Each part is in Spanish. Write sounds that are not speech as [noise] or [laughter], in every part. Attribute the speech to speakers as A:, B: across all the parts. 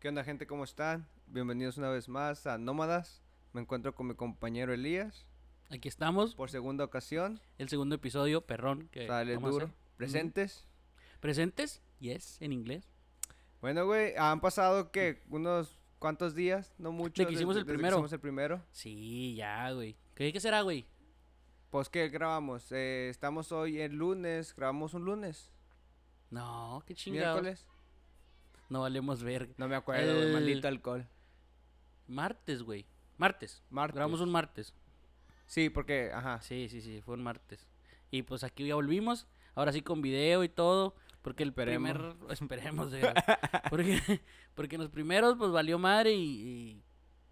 A: ¿Qué onda gente? ¿Cómo están? Bienvenidos una vez más a Nómadas. Me encuentro con mi compañero Elías
B: Aquí estamos,
A: por segunda ocasión.
B: el segundo episodio, perrón. Que
A: Sale
B: vamos a
A: duro.
B: hacer.
A: ¿Presentes?
B: Ujú. ¿Presentes? Yes, en inglés.
A: Bueno, güey, han pasado que unos cuantos días, no mucho.
B: Desde que hicimos el primero.
A: hicimos el primero.
B: Sí, ya, güey. ¿Qué, qué será, güey?
A: Pues que grabamos. Eh, estamos hoy el lunes, grabamos un lunes.
B: No, qué chingado.
A: Miércoles.
B: No valemos ver.
A: No me acuerdo, güey,
B: El-
A: maldito alcohol.
B: Martes, güey. Martes.
A: Martes.
B: Grabamos un martes.
A: Sí, porque, ajá.
B: Sí, sí, sí, fue un martes. Y pues aquí ya volvimos. Ahora sí con video y todo. Porque el
A: Esperemos. [laughs]
B: primer. Esperemos, güey. porque, porque en los primeros, pues valió madre y. y-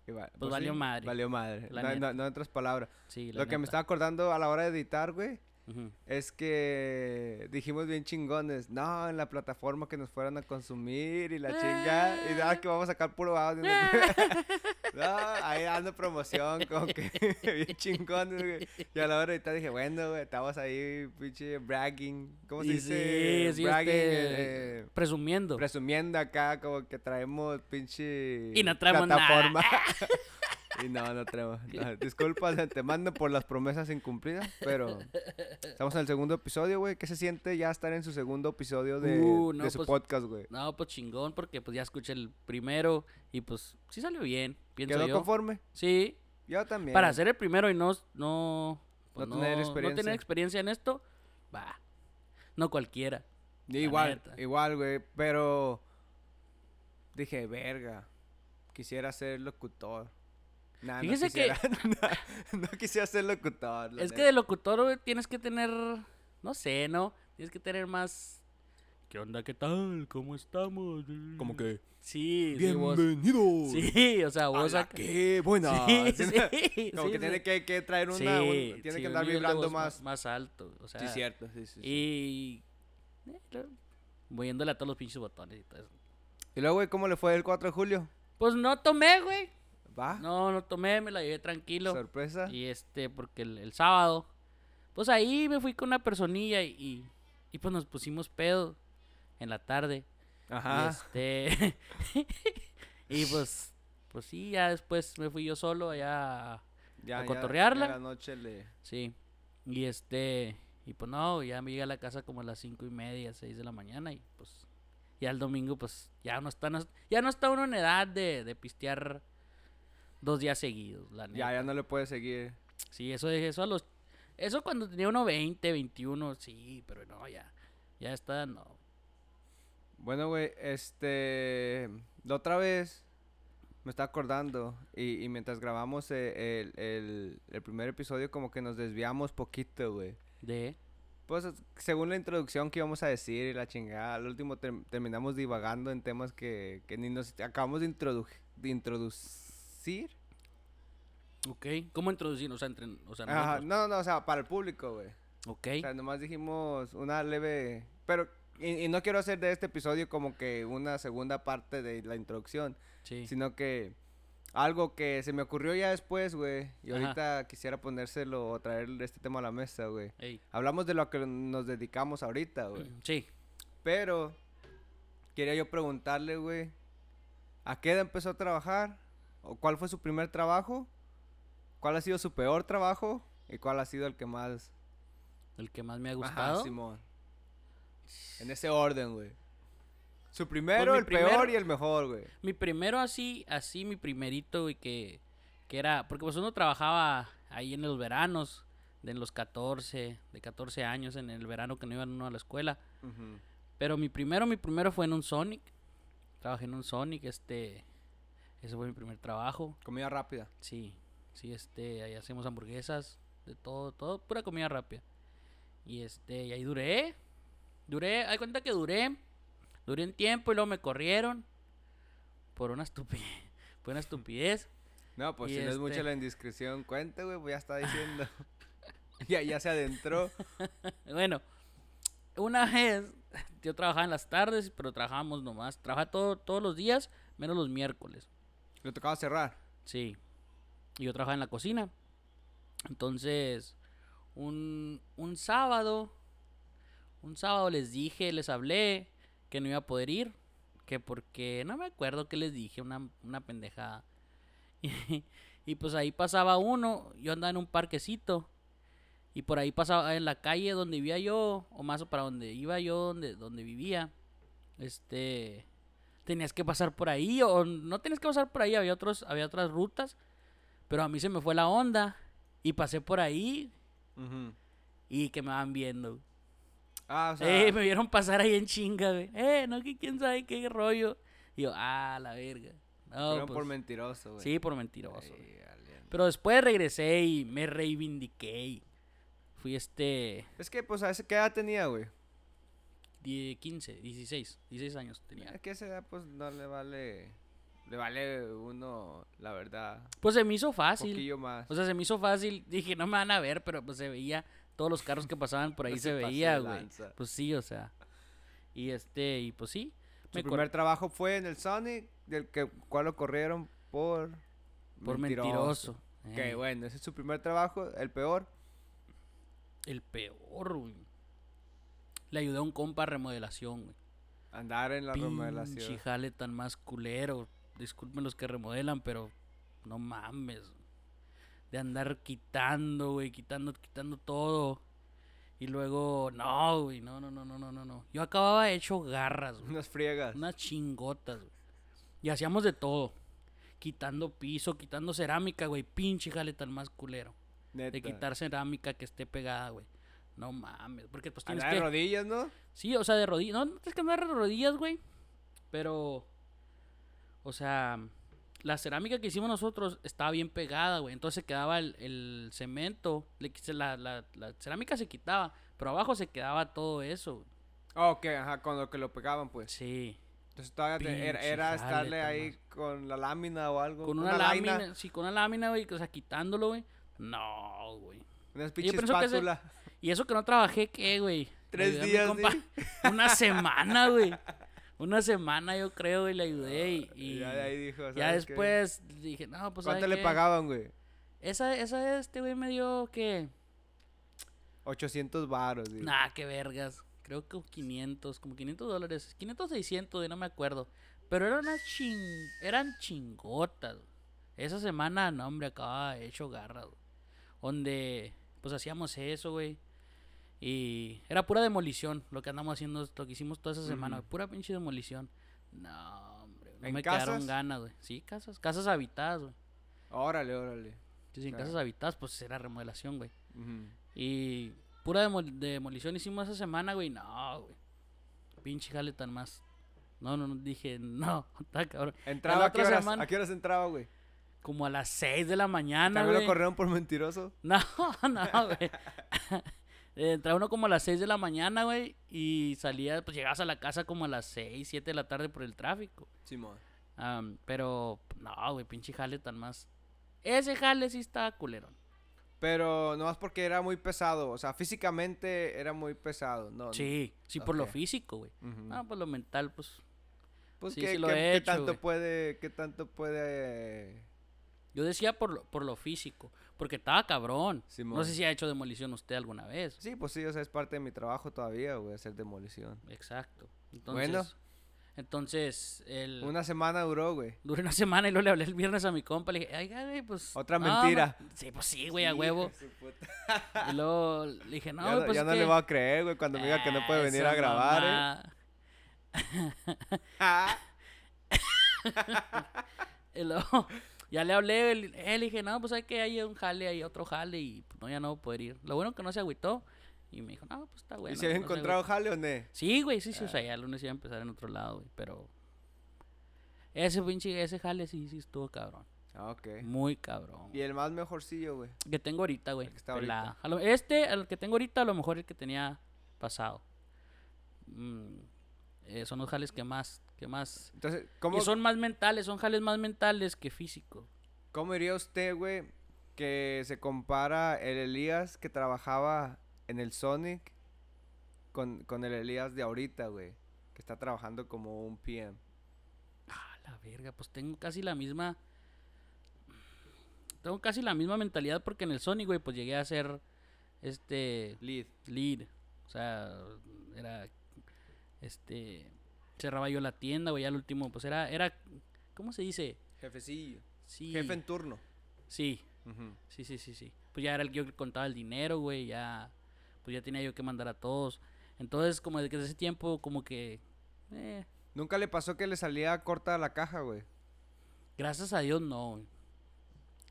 A: Y va- Pues,
B: valió madre.
A: Valió madre.
B: La
A: No-
B: neta.
A: no- no en otras palabras.
B: sí, la
A: Lo que me
B: neta.
A: estaba acordando a la hora de editar, güey,
B: Ujú.
A: es que dijimos bien chingones, no, en la plataforma que nos fueran a consumir y la chinga, y nada, que vamos a sacar puro audio. no, [laughs] ahí dando promoción, como que [laughs] bien chingones, güey. Y a la hora de editar dije, bueno, güey, estamos ahí, pinche bragging, ¿cómo se
B: Y
A: dice?
B: sí, sí,
A: bragging,
B: este,
A: eh,
B: presumiendo.
A: presumiendo acá, como que traemos pinche
B: Y no traemos nada. [laughs]
A: plataforma. y no, no traemos. nada. Disculpas de antemano por las promesas incumplidas, pero estamos en el segundo episodio, güey. ¿Qué se siente ya estar en su segundo episodio de,
B: Uh,
A: de
B: no,
A: su
B: pues,
A: podcast, güey?
B: No, pues chingón, porque pues ya escuché el primero y pues sí salió bien, pienso
A: ¿Quedó
B: yo.
A: conforme?
B: Sí,
A: Yo también.
B: para ser el primero y no no pues,
A: No tener experiencia.
B: experiencia en esto, va. No cualquiera. la
A: Igual,
B: neta.
A: igual, güey. Pero dije, verga, quisiera ser locutor. Nah, no
B: Fíjese que-
A: quisiera, [laughs] no, no quisiera ser locutor. la
B: es que
A: neta.
B: de locutor güey, tienes que tener no sé, ¿no? Tienes que tener más ¿Qué onda? ¿Qué tal? ¿Cómo estamos?
A: Como que...
B: Sí, sí, vos.
A: Bienvenidos.
B: Sí, o sea,
A: ¡Hala,
B: vos acá-
A: qué [laughs] buena!
B: [laughs]
A: Tiene-
B: Sí, sí,
A: Como
B: sí,
A: que
B: sí.
A: tiene que, que traer una... un-
B: Sí,
A: tiene
B: sí,
A: que
B: un
A: andar
B: nivel de
A: vibrando
B: voz
A: más.
B: más alto, o sea.
A: sí, cierto. Sí, sí, sí. Y,
B: Y. eh, lo- moviéndole a todos los pinches botones y todo eso.
A: luego, güey, ¿cómo le fue el 4 de julio?
B: Pues no tomé, güey.
A: ¿Va?
B: No, no tomé, me la llevé tranquilo.
A: Ah. ¿Sorpresa?
B: Y este, porque el, el sábado. Pues ahí me fui con una personilla y, y, y, pues nos pusimos pedo en la tarde. Y
A: Ajá.
B: este. [laughs] y pues. Pues sí, ya después me fui yo solo allá. a cotorrearla.
A: ya la noche le...
B: Sí. Y este. Y pues no, ya me llegué a la casa como a las cinco y media, seis de la mañana. Y pues. Ya el domingo, pues, ya no está, no- ya no está uno en edad de, de pistear dos días seguidos, la neta.
A: Ya, ya no le puede seguir.
B: Sí, eso es eso a los. Eso cuando tenía uno 20, 21, sí, pero no, ya. Ya está, no.
A: Bueno, güey, este... La otra vez me está acordando y, y mientras grabamos eh, el, el- el primer episodio como que nos desviamos poquito, güey.
B: De.
A: Pues es- según la introducción que íbamos a decir y la chingada, al último ter- terminamos divagando en temas que, que ni nos acabamos de, introdu- de introducir.
B: Ok. ¿Cómo introducir? O sea, entre. O sea,
A: Ajá,
B: nosotros.
A: no, no, o sea, para el público, güey.
B: Ok.
A: O sea, nomás dijimos una leve... Pero, y, y no quiero hacer de este episodio como que una segunda parte de la introducción,
B: sí.
A: sino que algo que se me ocurrió ya después, güey, y
B: Ajá.
A: ahorita quisiera ponérselo o traer este tema a la mesa, güey.
B: Ey,
A: Hablamos de lo que nos dedicamos ahorita, güey.
B: Sí.
A: Pero quería yo preguntarle, güey, ¿a qué edad empezó a trabajar? ¿O cuál fue su primer trabajo? ¿Cuál ha sido su peor trabajo? ¿Y cuál ha sido el que más
B: El que más me ha
A: Ajá,
B: gustado.
A: Simón. En ese orden, güey. Su primero,
B: Pues mi
A: el peor
B: primero-
A: y el mejor, güey.
B: Mi primero así, así, mi primerito, güey, que, que era, porque pues uno trabajaba ahí en los veranos, de los 14, de 14 años, en el verano que no iban uno a la escuela.
A: Ujú.
B: Pero mi primero, mi primero fue en un Sonic. Trabajé en un Sonic, este, ese fue mi primer trabajo.
A: Comida rápida.
B: Sí, sí, este, ahí hacemos hamburguesas, de todo, todo, pura comida rápida. Y este, y ahí duré, duré, hay cuenta que duré, duré un tiempo y luego me corrieron por una estupidez, [laughs] por una estupidez. [laughs]
A: No, pues
B: Y
A: si no es mucha
B: este-
A: la indiscreción, cuente, güey, pues ya está
B: [laughs]
A: diciendo. [laughs] ya, ya se adentró.
B: Bueno, una vez yo trabajaba en las tardes, pero trabajábamos nomás, trabajaba todo, todos los días, menos los miércoles.
A: Lo tocaba cerrar.
B: Sí. Y yo trabajaba en la cocina. Entonces, un, un sábado, un sábado les dije, les hablé que no iba a poder ir, que porque no me acuerdo qué les dije, una, una pendejada. [laughs] Y, y pues ahí pasaba uno, yo andaba en un parquecito. Y por ahí pasaba en la calle donde vivía yo, o más para donde iba yo, donde, donde vivía. Este tenías que pasar por ahí o no tenías que pasar por ahí, había otros había otras rutas, pero a mí se me fue la onda y pasé por ahí
A: Ujú.
B: y que me van viendo.
A: Ah, o sea.
B: [laughs] Eh, me vieron pasar ahí en chinga, güey. Eh, no que quién sabe qué rollo. Y yo, ah, la verga. No,
A: fueron por
B: pues,
A: mentiroso, güey.
B: sí, por mentiroso.
A: Ay,
B: güey.
A: alien.
B: Pero después regresé y me reivindiqué. y Fui este
A: Es que, pues, ¿a ese- qué edad tenía, güey?
B: die- 15, 16, 16 años tenía.
A: Es que a esa edad, pues, no le vale. Le vale uno, la verdad.
B: Pues se me hizo
A: Un
B: fácil.
A: poquillo más.
B: O sea, se me hizo fácil. [laughs] Dije, no me van a ver, pero pues se veía. Todos los carros que
A: [laughs]
B: pasaban por ahí
A: No
B: se,
A: se pasó de
B: veía, güey.
A: lanza.
B: Pues sí, o sea. Y este, y pues sí.
A: Su
B: me cor-
A: primer trabajo fue en el Sonic, del que, cual lo corrieron por.
B: por mentiroso.
A: Que
B: eh,
A: bueno, ese es su primer trabajo, el peor.
B: El peor, güey. Le ayudé a un compa a remodelación, güey.
A: Andar en la
B: Pinche
A: remodelación.
B: jale tan más culero. Disculpen los que remodelan, pero no mames. De andar quitando, güey, quitando, quitando todo. Y luego, no, güey, no, no, no, no, no, no, no. Yo acababa hecho
A: [laughs]
B: garras,
A: [laughs]
B: güey.
A: Unas friegas.
B: Unas chingotas, güey. Y hacíamos de todo. Quitando piso, quitando cerámica, güey. Pinche jale tan más culero.
A: neta.
B: De quitar cerámica que esté pegada, güey. No mames. Porque pues tienes
A: Andar de
B: que.
A: rodillas, ¿no?
B: Sí, o sea, de rodillas. No, no tienes que andar de rodillas, güey. Pero. O sea. La cerámica que hicimos nosotros estaba bien pegada, güey. Entonces quedaba el, el cemento. le quise- la, la- la cerámica se quitaba. Pero abajo se quedaba todo eso, güey.
A: Ah, ok, ajá, con lo que lo pegaban, pues.
B: Sí.
A: Entonces todavía te- era,
B: Pinche
A: era
B: jale
A: estarle
B: tan
A: ahí con la lámina o algo.
B: Con una, lámina,
A: laina,
B: sí, con una lámina, güey, o sea, quitándolo, güey. No, güey.
A: Unas pinches
B: pienso que ese-
A: espátula.
B: Y eso que no trabajé, ¿qué, güey? Le
A: Tres
B: ayudé a mi
A: días,
B: compa [laughs] Una semana, güey. Una semana, yo creo, y le ayudé. Y,
A: [laughs]
B: y
A: ya de ahí dijo.
B: ya
A: pues, "¿Sabes qué?
B: después dije, no, pues.
A: ¿Cuánto
B: ¿sabe
A: le
B: qué?
A: pagaban, güey?
B: Esa, esa, este güey me dio, ¿qué?
A: 800 baros, güey.
B: Nah, qué vergas. Creo que 500, como 500 dólares. 500, 600, de no me acuerdo. Pero eran unas ching... eran chingotas. güey. Esa semana, no, hombre, acababa hecho garra. güey. Donde, pues hacíamos eso, güey. Y era pura demolición lo que andamos haciendo, lo que hicimos toda esa semana.
A: Ujú.
B: Pura pinche demolición. No, hombre. No
A: ¿En
B: me
A: casas?
B: quedaron ganas, güey. Sí, casas. Casas habitadas, güey.
A: Órale, órale.
B: Entonces, en
A: Claro.
B: casas habitadas, pues era remodelación, güey.
A: Ujú.
B: Y pura demol- demolición hicimos esa semana, güey. No, güey. Pinche jale tan más. No, no, no. Dije, no, [laughs] está cabrón.
A: Entraba, ¿a qué,
B: otra
A: horas,
B: semana-
A: ¿a qué horas entraba, güey?
B: Como a las 6 de la mañana,
A: También
B: güey.
A: lo corrieron por mentiroso.
B: [laughs] No, no, güey. [laughs] Entraba uno como a las 6 de la mañana, güey. Y salía, pues llegabas a la casa como a las 6, 7 de la tarde por el tráfico.
A: Simón.
B: Am, pero, no, güey, pinche jale tan más. Ese jale sí estaba culerón.
A: Pero nomás porque era muy pesado. O sea, físicamente era muy pesado. No,
B: Sí, sí, por lo
A: Ok.
B: físico, güey.
A: Ujú.
B: No, por lo mental, pues.
A: Pues
B: Sí,
A: ¿qué,
B: sí lo
A: qué-
B: he
A: qué
B: hecho,
A: tanto
B: güey.
A: puede, qué tanto puede
B: Yo decía por lo, por lo físico, porque estaba cabrón. No
A: Simón.
B: sé si ha hecho demolición usted alguna vez.
A: Sí, pues sí, o sea, es parte de mi trabajo todavía, güey, hacer demolición.
B: Exacto. Entonces,
A: Bueno.
B: entonces el,
A: Una semana duró, güey.
B: duré una semana y luego le hablé el viernes a mi compa. Le dije, ay, güey, pues.
A: Otra
B: no, no".
A: mentira.
B: Sí, pues sí, güey, a huevo. Y luego le dije, no,
A: ya no,
B: pues.
A: ya
B: es
A: no
B: que-
A: le voy a creer, güey, cuando me diga que no puede
B: Ah,
A: venir
B: esa
A: a grabar, ¿eh?
B: mamá.
A: Ah,
B: Y luego, [laughs] ya le hablé, él, él dije, no, pues hay que hay un jale, hay otro jale y pues, no, ya no voy a poder ir. Lo bueno que no se agüitó. Y me dijo, no, pues está bueno.
A: ¿Y si había
B: no se
A: encontrado jale o no?
B: Sí, güey, sí, sí, o
A: Ah.
B: sea, ya el lunes iba a empezar en otro lado, güey, pero... Ese pinche, ese jale sí, sí estuvo cabrón.
A: Ah, ok.
B: Muy cabrón.
A: Y el más mejorcillo, güey.
B: Que tengo ahorita, güey.
A: El que está ahorita.
B: pelada. A lo- este, el que tengo ahorita, a lo mejor el que tenía pasado. Mm, eh, son los jales que más, que más...
A: Entonces,
B: que
A: ¿cómo,
B: son más mentales, son jales más mentales que físicos.
A: ¿cómo diría usted, güey, que se compara el Elías que trabajaba en el Sonic con, con el Elías de ahorita, güey? Que está trabajando como un PM.
B: Ah, la verga, pues tengo casi la misma... Tengo casi la misma mentalidad porque en el Sony, güey, pues llegué a ser... Este...
A: Lead.
B: lead. O sea, era este cerraba yo la tienda, güey, ya el último, pues era, era, ¿cómo se dice?
A: Jefecillo.
B: Sí.
A: Jefe en turno.
B: Sí,
A: Ujú.
B: sí, sí, sí, sí. Pues ya era el que yo contaba el dinero, güey, ya, pues ya tenía yo que mandar a todos. Entonces, como desde ese tiempo, como que, eh,
A: Nunca le pasó que le salía corta la caja, güey.
B: gracias a Dios no. güey.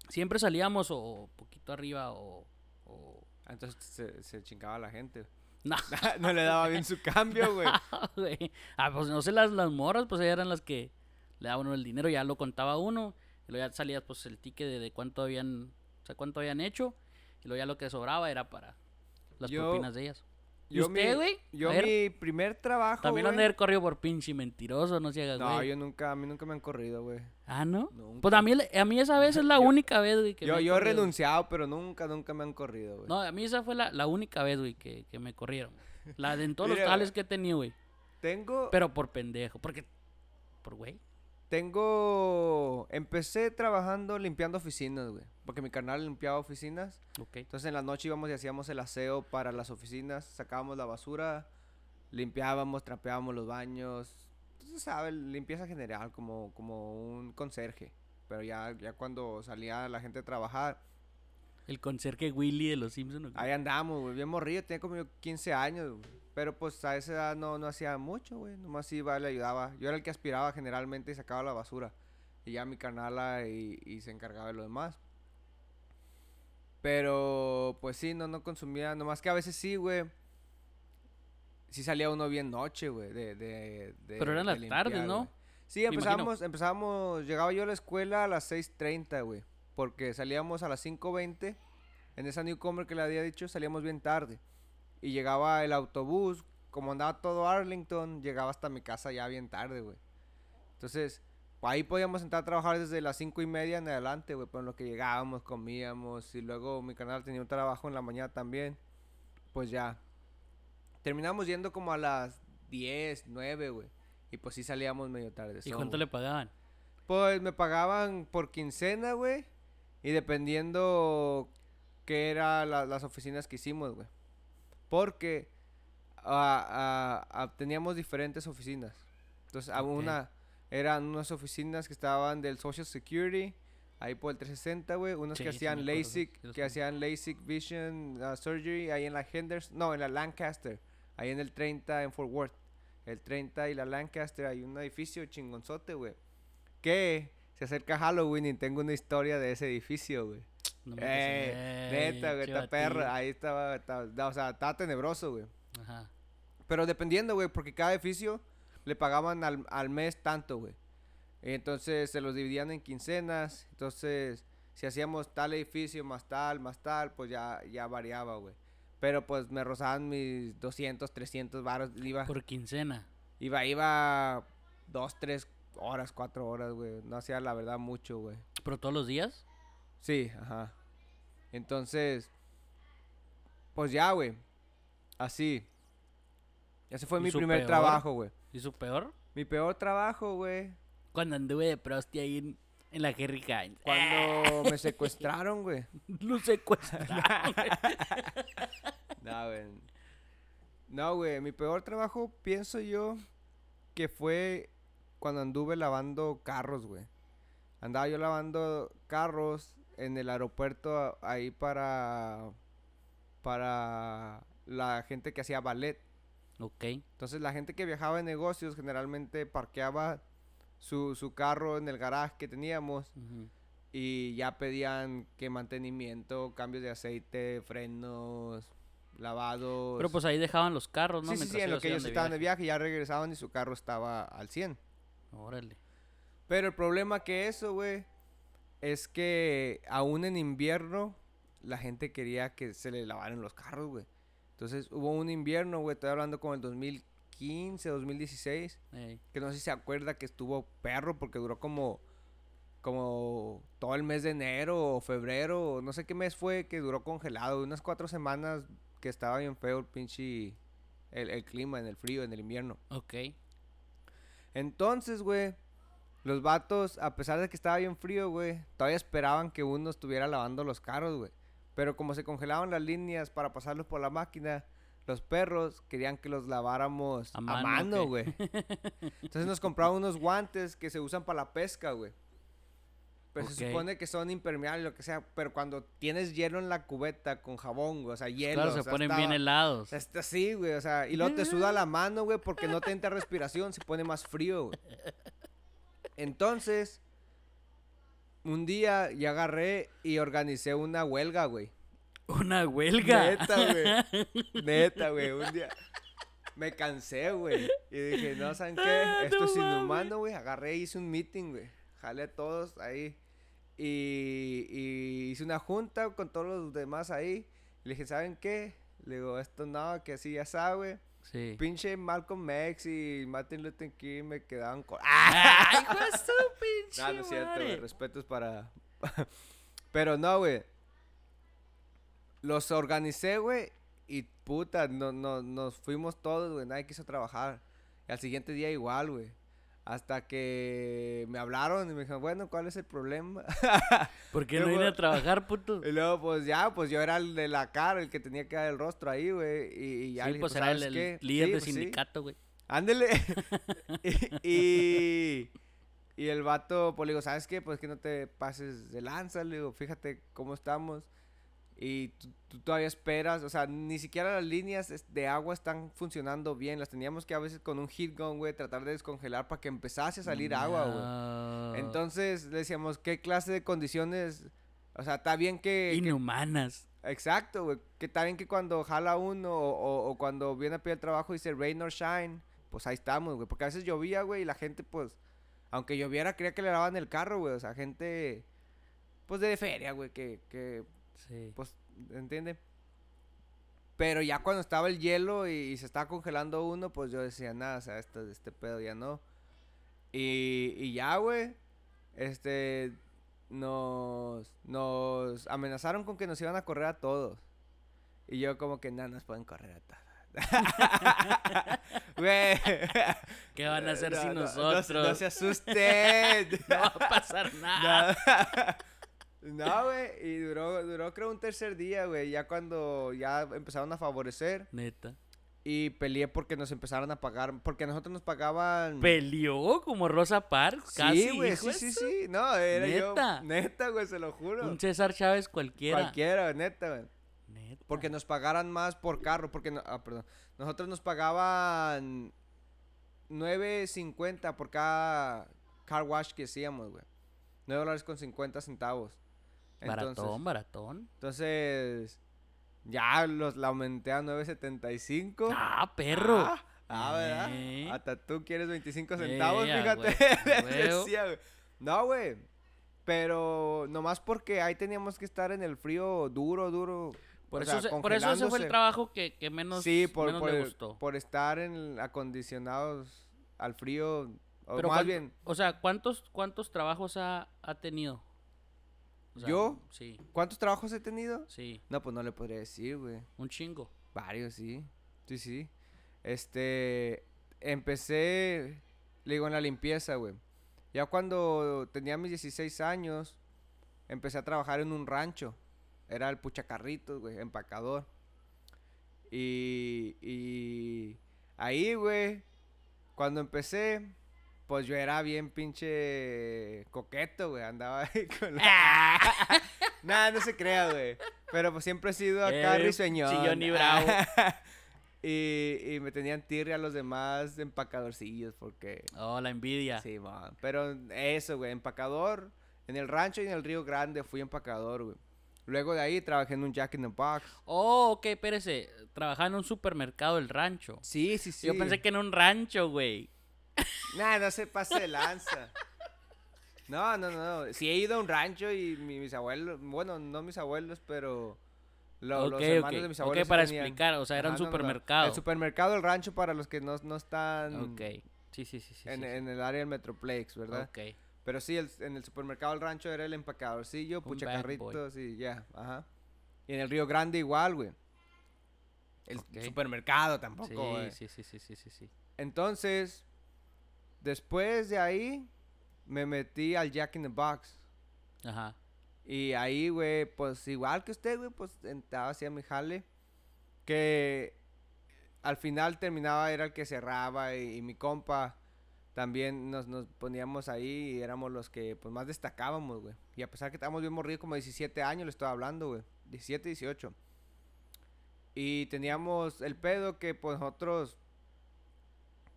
B: Siempre salíamos o, poquito arriba o... o...
A: Ah, Entonces se, se chingaba la gente.
B: No,
A: [laughs] no le daba bien su cambio, güey.
B: güey. Ah, pues no sé, las, las morras, pues ellas eran las que le daban uno el dinero, ya lo contaba uno. Y luego ya salía, pues, el ticket de, de cuánto habían, o sea, cuánto habían hecho. Y luego ya lo que sobraba era para las
A: Yo-
B: propinas
A: [laughs]
B: de ellas. [laughs] ¿Y
A: Yo
B: usted,
A: mi-
B: güey?
A: Yo
B: A ver.
A: mi primer trabajo,
B: También lo han de
A: güey-
B: haber corrido por pinche mentiroso, no se haga,
A: No,
B: güey.
A: yo nunca, a mí nunca me han corrido, güey.
B: Ah, ¿no?
A: Nunca.
B: Pues a mí, a mí esa vez es la única vez, güey,
A: [laughs]
B: que
A: Yo,
B: me
A: yo he
B: corrieron.
A: renunciado, pero nunca, nunca me han corrido, güey.
B: No, a mí esa fue la, la única vez, güey, que, que me corrieron. La de en todos los
A: Mira,
B: tales
A: güey.
B: que he tenido, güey.
A: Tengo,
B: Pero por pendejo, porque... Por güey.
A: tengo, empecé trabajando limpiando oficinas, güey. Porque mi carnal limpiaba oficinas.
B: Ok.
A: Entonces en la noche íbamos y hacíamos el aseo para las oficinas, sacábamos la basura, limpiábamos, trapeábamos los baños. Entonces, sabe, limpieza general, como, como un conserje. Pero ya, ya cuando salía la gente a trabajar,
B: El conserje Willy de los Simpsons.
A: Ahí andamos, güey, bien morrido, tenía como yo 15 años, güey. Pero pues a esa edad no, no hacía mucho, güey, nomás iba, le ayudaba. Yo era el que aspiraba generalmente y sacaba la basura. Y ya mi canala y, y se encargaba de lo demás. Pero pues sí, no, no consumía, nomás que a veces sí, güey. Sí salía uno bien noche, güey, de, de, de-
B: Pero eran
A: de
B: las tardes,
A: limpiar,
B: ¿no?
A: güey. Sí,
B: Me imagino.
A: empezábamos, empezábamos, llegaba yo a la escuela a las 6.30, güey. Porque salíamos a las 5.20 en esa Newcomer que le había dicho, salíamos bien tarde. Y llegaba el autobús, como andaba todo Arlington, llegaba hasta mi casa ya bien tarde, güey. Entonces, ahí podíamos entrar a trabajar desde las cinco y media en adelante, güey. Pero en lo que llegábamos, comíamos, y luego mi canal tenía un trabajo en la mañana también. Pues ya. Terminamos yendo como a las 10, 9, güey. Y pues sí salíamos medio tarde.
B: ¿Y cuánto le pagaban?
A: Pues me pagaban por quincena, güey. Y dependiendo qué eran las oficinas que hicimos, güey. Porque ah, ah, ah, teníamos diferentes oficinas. Entonces, a
B: Ok.
A: una eran unas oficinas que estaban del Social Security, ahí por el 360, güey. Unas que
B: Sí, sí me
A: hacían
B: acuerdo, sí,
A: LASIK,
B: sí los
A: que
B: conozco.
A: hacían LASIK Vision ah, Surgery, ahí en la Henderson, no, en la Lancaster, ahí en el 30 en Fort Worth. El 30 y la Lancaster, hay un edificio chingonzote, güey. Que se acerca Halloween y tengo una historia de ese edificio, güey.
B: No me
A: Eh,
B: digas,
A: neta,
B: "Ey,
A: güey, esta
B: chivatín".
A: perra. Ahí estaba, estaba- da- o sea, estaba tenebroso, güey.
B: Ajá.
A: Pero dependiendo, güey, porque cada edificio le pagaban al, al mes tanto, güey. Entonces se los dividían en quincenas. Entonces, si hacíamos tal edificio más tal, más tal, pues ya, ya variaba, güey. Pero pues me rozaban mis 200, 300 varos. Iba,
B: Por quincena.
A: iba, iba dos, tres horas, cuatro horas, güey. No hacía la verdad mucho, güey.
B: ¿Pero todos los días?
A: Sí, ajá. Entonces, pues ya, güey. Así. Ese fue
B: ¿Y
A: mi
B: su
A: primer
B: peor?
A: trabajo, güey.
B: ¿Hizo peor?
A: Mi peor trabajo, güey.
B: Cuando anduve de prosti ahí en, en la Jerry Hines.
A: Eh. Cuando me secuestraron, güey. [laughs]
B: Lo secuestraron.
A: No, güey. No, güey. Mi peor trabajo, pienso yo, que fue cuando anduve lavando carros, güey. Andaba yo lavando carros en el aeropuerto a- ahí para. para la gente que hacía ballet.
B: ok.
A: Entonces la gente que viajaba de negocios generalmente parqueaba su, su carro en el garage que teníamos
B: ujú.
A: y ya pedían que mantenimiento, cambios de aceite, frenos, lavados.
B: Pero pues ahí dejaban los carros, ¿no?
A: sí, sí, sí,
B: Mientras
A: en lo que ellos
B: iban de
A: estaban de
B: viaje.
A: viaje ya regresaban y su carro estaba al 100.
B: Órale.
A: Pero el problema que eso, güey, es que aún en invierno la gente quería que se le lavaran los carros, güey. Entonces hubo un invierno, güey, estoy hablando como el 2015, 2016.
B: Ey.
A: que no sé si se acuerda que estuvo perro porque duró como como todo el mes de enero o febrero, o no sé qué mes fue que duró congelado, unas cuatro semanas que estaba bien feo el pinche el, el clima en el frío, en el invierno.
B: Ok.
A: Entonces, güey, los vatos, a pesar de que estaba bien frío, güey, todavía esperaban que uno estuviera lavando los carros, güey. Pero como se congelaban las líneas para pasarlos por la máquina, los perros querían que los laváramos
B: ¿A
A: a
B: mano o
A: mano,
B: qué? [laughs]
A: güey. Entonces nos compraban unos guantes que se usan para la pesca, güey. Pero se
B: Ok.
A: supone que son impermeables, lo que sea. Pero cuando tienes hielo en la cubeta con jabón, güey, o sea, hielo.
B: claro,
A: o
B: se
A: sea,
B: ponen
A: estaba-
B: bien
A: o
B: helados.
A: sea, está así, Este, güey, o sea, y luego te suda la mano, güey, porque no te entra respiración, se pone más frío, güey. Entonces, un día ya agarré y organicé una huelga, güey.
B: [laughs] Una huelga.
A: Neta, güey. Neta, güey, un día me cansé, güey. Y dije, no, ¿saben
B: Ah,
A: qué? Esto
B: no
A: es
B: mames.
A: inhumano, güey. Agarré y hice un meeting, güey. Jalé a todos ahí. Y, y hice una junta con todos los demás ahí. Le dije, ¿saben qué? Le digo, esto no, que así ya sabe.
B: Sí.
A: Pinche Malcolm X y Martin Luther King me quedaban
B: [laughs]
A: con... ¡Ah! [laughs]
B: ¡Ay, hijo de su pinche
A: No, no es cierto, güey.
B: madre!
A: Respetos para. [laughs] Pero no, güey. Los organicé, güey. Y puta, no, no, nos fuimos todos, güey. Nadie quiso trabajar. Y al siguiente día igual, güey. Hasta que me hablaron y me dijeron, bueno, ¿cuál es el problema? [laughs]
B: ¿Por qué
A: Yo,
B: no vine
A: güey.
B: a trabajar,
A: [laughs]
B: puto?
A: y luego, pues ya, pues yo era el de la cara, el que tenía que dar el rostro ahí, güey. Y, y ya
B: sí,
A: le dije,
B: pues era el,
A: "¿Sabes
B: el
A: qué?
B: líder
A: Sí,
B: del
A: pues, sí".
B: sindicato, güey.
A: Ándele. [laughs] y, y, y el vato, pues le digo, ¿sabes qué? Pues que no te pases de lanza, le digo, fíjate cómo estamos. Y tú, tú todavía esperas, o sea, ni siquiera las líneas es- de agua están funcionando bien. Las teníamos que a veces con un heat gun, güey, tratar de descongelar para que empezase a salir agua, güey.
B: No.
A: Entonces le decíamos, ¿qué clase de condiciones? O sea, está bien que, que
B: Inhumanas.
A: Exacto, güey. Que está bien que cuando jala uno o, o- o cuando viene a pedir el trabajo y dice rain or shine, pues ahí estamos, güey. Porque a veces llovía, güey, y la gente, pues, aunque lloviera, creía que le lavaban el carro, güey. O sea, gente, pues, de feria, güey, que, que,
B: Sí.
A: pues, ¿entiende? Pero ya cuando estaba el hielo y, y se estaba congelando uno, pues yo decía, nada, o sea, este, este pedo ya no. Y, y ya, güey, este, nos, nos amenazaron con que nos iban a correr a todos. Y yo como que, nada, nos pueden correr a todos. [laughs] Güey.
B: ¿Qué van a hacer
A: eh, [laughs] No,
B: sin
A: no, no se-
B: nosotros?
A: No, se asusten.
B: [laughs] No va
A: [laughs]
B: a pasar nada.
A: No.
B: Ah.
A: [laughs] No, güey, y duró, duró creo un tercer día, güey, ya cuando ya empezaron a favorecer
B: Neta.
A: y peleé porque nos empezaron a pagar, porque a nosotros nos pagaban...
B: Peleó como Rosa Parks, casi.
A: sí, güey,
B: hijo
A: sí,
B: de
A: sí,
B: su-
A: sí, no, era
B: Neta.
A: yo, neta, güey, se lo juro,
B: Un César Chávez cualquiera.
A: cualquiera, neta, güey,
B: Neta.
A: porque nos pagaran más por carro, porque, no- ah, perdón, nosotros nos pagaban 9.50 por cada car wash que hacíamos, güey, 9 dólares con 50 centavos. Entonces-
B: Baratón, baratón.
A: Entonces, ya los la aumenté a 9.75.
B: Ah, perro.
A: Ah, ah, ¿verdad?
B: Eh.
A: Hasta tú quieres 25 centavos,
B: Eh, a
A: fíjate. [laughs]
B: hue- a
A: les
B: huevo.
A: decía, güey. No, güey. Pero nomás porque ahí teníamos que estar en el frío duro, duro.
B: por,
A: o
B: eso
A: sea,
B: se- por eso ese fue
A: congelándose.
B: el trabajo que, que menos,
A: sí, por,
B: menos
A: por,
B: le
A: el-
B: gustó.
A: por estar en, acondicionados al frío. O
B: Pero
A: más
B: cuánto-
A: bien,
B: O sea, ¿cuántos, cuántos trabajos ha, ha tenido? O sea,
A: ¿Yo?
B: Sí,
A: ¿cuántos trabajos he tenido?
B: sí.
A: No, pues no le podría decir, güey.
B: Un chingo.
A: Varios, sí. Sí, sí. Este, empecé, le digo, en la limpieza, güey. Ya cuando tenía mis 16 años, empecé a trabajar en un rancho. Era el puchacarritos, güey, empacador. Y, y ahí, güey, cuando empecé, pues yo era bien pinche coqueto, güey. Andaba [laughs] ahí con la...
B: Ah.
A: [laughs] Nada, no se crea, güey. Pero pues siempre he sido acá
B: Eh,
A: risueñón.
B: chillón
A: [laughs]
B: y bravo.
A: y, y me tenían tirria a los demás empacadorcillos porque...
B: Oh, la envidia.
A: Sí, man. Pero eso, güey, empacador. En el rancho y en el Río Grande fui empacador, güey. Luego de ahí trabajé en un Jack in the Box.
B: Oh, ok, espérese. Trabajaba en un supermercado del rancho.
A: Sí, sí, sí.
B: Yo pensé que en un rancho, güey.
A: Nah, no se pase de lanza. No, no, no. Sí he ido a un rancho y mi- mis abuelos... Bueno, no mis abuelos, pero... lo-
B: Ok,
A: los
B: ok.
A: hermanos de mis
B: Ok,
A: abuelos sí
B: para
A: tenían.
B: explicar, o sea, era un
A: Ajá, no, no, no.
B: supermercado.
A: El supermercado, el rancho, para los que no, no están
B: Ok. Sí, sí, sí, sí. sí,
A: en,
B: sí.
A: en el área del Metroplex, ¿verdad?
B: Ok.
A: Pero sí, el- en el supermercado El Rancho era el empacadorcillo,
B: Un bad boy.
A: puchacarritos y ya, ajá. Y en el Río Grande igual, güey. El
B: Ok.
A: supermercado tampoco,
B: Sí,
A: güey.
B: sí, sí, sí, sí, sí, sí.
A: Entonces, después de ahí, me metí al Jack in the Box.
B: Ajá.
A: Y ahí, güey, pues igual que usted, güey, pues entraba así a mi jale. Que al final terminaba, era el que cerraba y, y mi compa también nos, nos poníamos ahí y éramos los que pues más destacábamos, güey. Y a pesar que estábamos bien morridos, como 17 años le estaba hablando, güey. 17, 18. Y teníamos el pedo que pues nosotros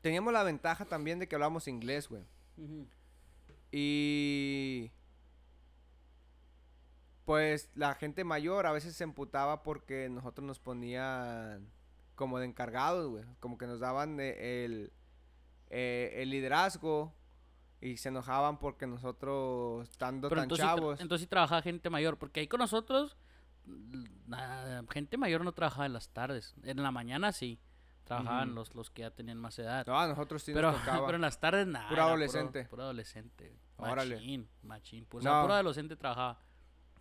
A: teníamos la ventaja también de que hablábamos inglés, güey.
B: Ujú.
A: Y pues la gente mayor a veces se emputaba porque nosotros nos ponían como de encargados, güey. Como que nos daban eh, el, eh, el liderazgo y se enojaban porque nosotros, estando
B: Pero
A: tan
B: entonces, sí tra-
A: chavos,
B: entonces sí trabajaba gente mayor, porque ahí con nosotros, l- nada, gente mayor no trabajaba en las tardes. En la mañana sí, trabajaban
A: Ujú.
B: los, los que ya tenían más edad.
A: no, a nosotros sí
B: pero, [laughs]
A: nos tocaba.
B: pero en las tardes nada.
A: Puro
B: era
A: adolescente.
B: Puro, adolescente.
A: Órale.
B: Machín, machín. Pues, o sea,
A: No.
B: puro adolescente trabajaba.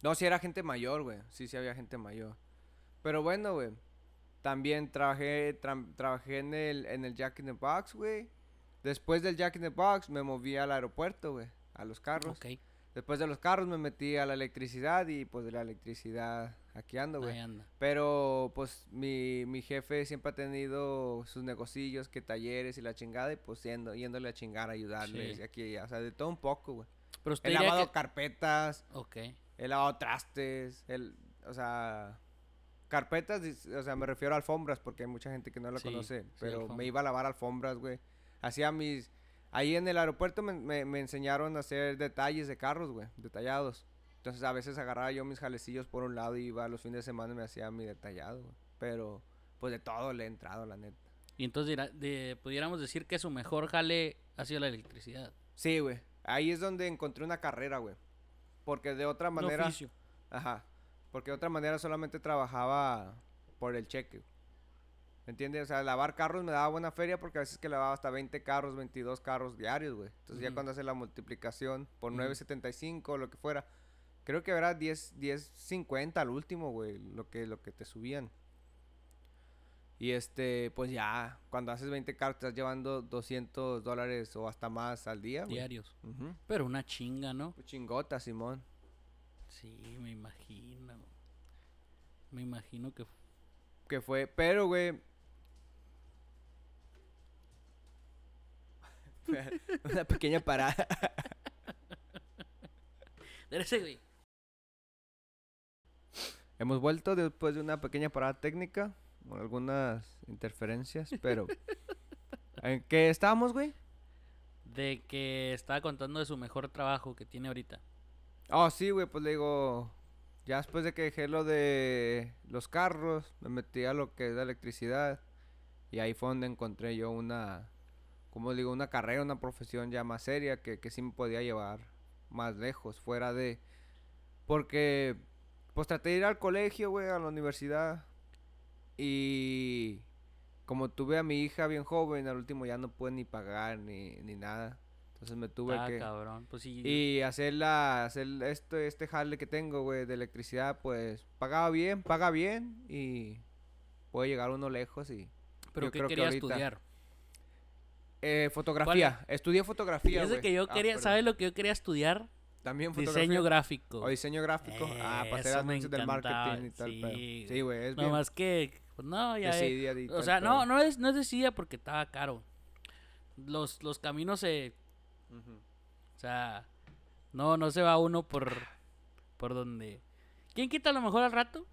A: No, sí era gente mayor, güey. Sí, sí había gente mayor. Pero bueno, güey. También trabajé, tra- trabajé en, el, en el Jack in the Box, güey. Después del Jack in the Box me moví al aeropuerto, güey. A los carros.
B: Ok, ahí
A: Después de los carros me metí a la electricidad y pues de la electricidad aquí ando, güey.
B: anda.
A: Pero pues mi, mi jefe siempre ha tenido sus negocillos, que talleres y la chingada. Y pues yendo, yéndole a chingar, a ayudarles.
B: Sí.
A: Y aquí, y allá, o sea, de todo un poco, güey.
B: Pero usted
A: He
B: diría
A: lavado
B: que-
A: carpetas.
B: Ok.
A: He lavado trastes, el, o sea, carpetas, dis- o sea, me refiero a alfombras porque hay mucha gente que no la
B: Sí,
A: conoce,
B: sí,
A: pero
B: alfombra.
A: me iba a lavar alfombras, güey. Hacía mis... Ahí en el aeropuerto me, me- me enseñaron a hacer detalles de carros, güey, detallados. Entonces a veces agarraba yo mis jalecillos por un lado y iba los fines de semana y me hacía mi detallado, güey. Pero pues de todo le he entrado, la neta.
B: Y entonces dirá- de- pudiéramos decir que su mejor jale ha sido la electricidad.
A: Sí, güey. Ahí es donde encontré una carrera, güey. Porque de otra
B: Un
A: manera...
B: oficio.
A: Ajá. Porque de otra manera solamente trabajaba por el cheque. ¿Me entiendes? O sea, lavar carros me daba buena feria porque a veces que lavaba hasta 20 carros, 22 carros diarios, güey. Entonces ya
B: Ujú.
A: cuando haces la multiplicación por
B: Ujú.
A: 9.75 o lo que fuera, creo que era 10, 10.50 al último, güey, lo que, lo que te subían. Y este, pues ya, cuando haces 20 carros estás llevando 200 dólares o hasta más al día, güey.
B: Diarios.
A: Ujú.
B: Pero una chinga, ¿no?
A: Pues chingota, Simón.
B: Sí, me imagino. Me imagino que...
A: que fue. Pero, güey. [laughs] Una pequeña parada.
B: Dérese, güey.
A: Hemos vuelto después de una pequeña parada técnica. Con algunas interferencias, pero. ¿En qué estábamos, güey?
B: De que estaba contando de su mejor trabajo que tiene ahorita.
A: Oh, sí, güey, pues le digo. Ya después de que dejé lo de los carros, me metí a lo que es la electricidad. Y ahí fue donde encontré yo una. Como digo, una carrera, una profesión ya más seria que, que sí me podía llevar más lejos, fuera de. Porque. Pues traté de ir al colegio, güey, a la universidad. Y. Como tuve a mi hija bien joven, al último ya no pude ni pagar ni, ni nada. Entonces me tuve
B: Ah,
A: que.
B: cabrón. Pues sí.
A: Y hacer la, hacer este, este jale que tengo, güey, de electricidad, pues pagaba bien, paga bien y puede llegar uno lejos y...
B: pero
A: yo
B: ¿qué
A: creo que
B: quería
A: ahorita-
B: estudiar?
A: Eh, fotografía, estudié fotografía,
B: Fíjese
A: güey.
B: que yo
A: Ah,
B: quería...
A: perdón.
B: ¿Sabes lo que yo quería estudiar?
A: También fotografía.
B: Diseño gráfico. Eh,
A: O diseño gráfico. ah, para hacer
B: Eso me
A: anuncios del
B: encantaba,
A: marketing y tal.
B: sí,
A: pedo.
B: güey.
A: Sí, güey, es
B: no
A: bien
B: más que... pues, no, ya... eh,
A: decidida y
B: O
A: tal
B: sea, no,
A: pedo.
B: no es, no es decidida porque estaba caro. Los, los caminos se...
A: Ujú.
B: O sea, no, no se va uno por... Por donde... ¿Quién quita a lo mejor al rato?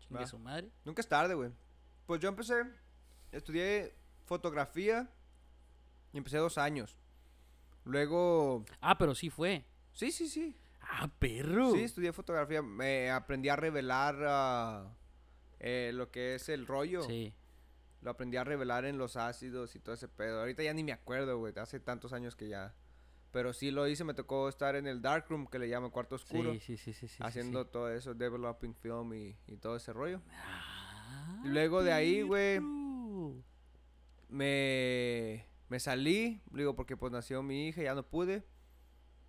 B: Chingue
A: Va.
B: su madre.
A: Nunca es tarde, güey. Pues yo empecé, estudié fotografía y empecé dos años. Luego...
B: Ah, pero sí fue.
A: Sí, sí, sí.
B: Ah, perro.
A: Sí, estudié fotografía. Me aprendí a revelar ah, eh, lo que es el rollo.
B: Sí.
A: Lo aprendí a revelar en los ácidos y todo ese pedo. Ahorita ya ni me acuerdo, güey. Hace tantos años que ya. Pero sí lo hice. Me tocó estar en el darkroom, que le llaman cuarto oscuro.
B: Sí, sí, sí, sí, sí, sí,
A: haciendo
B: sí.
A: todo eso, developing film y, y todo ese rollo.
B: Ah,
A: Luego de ahí, güey,
B: perro.
A: me, me salí, digo, porque pues nació mi hija, ya no pude.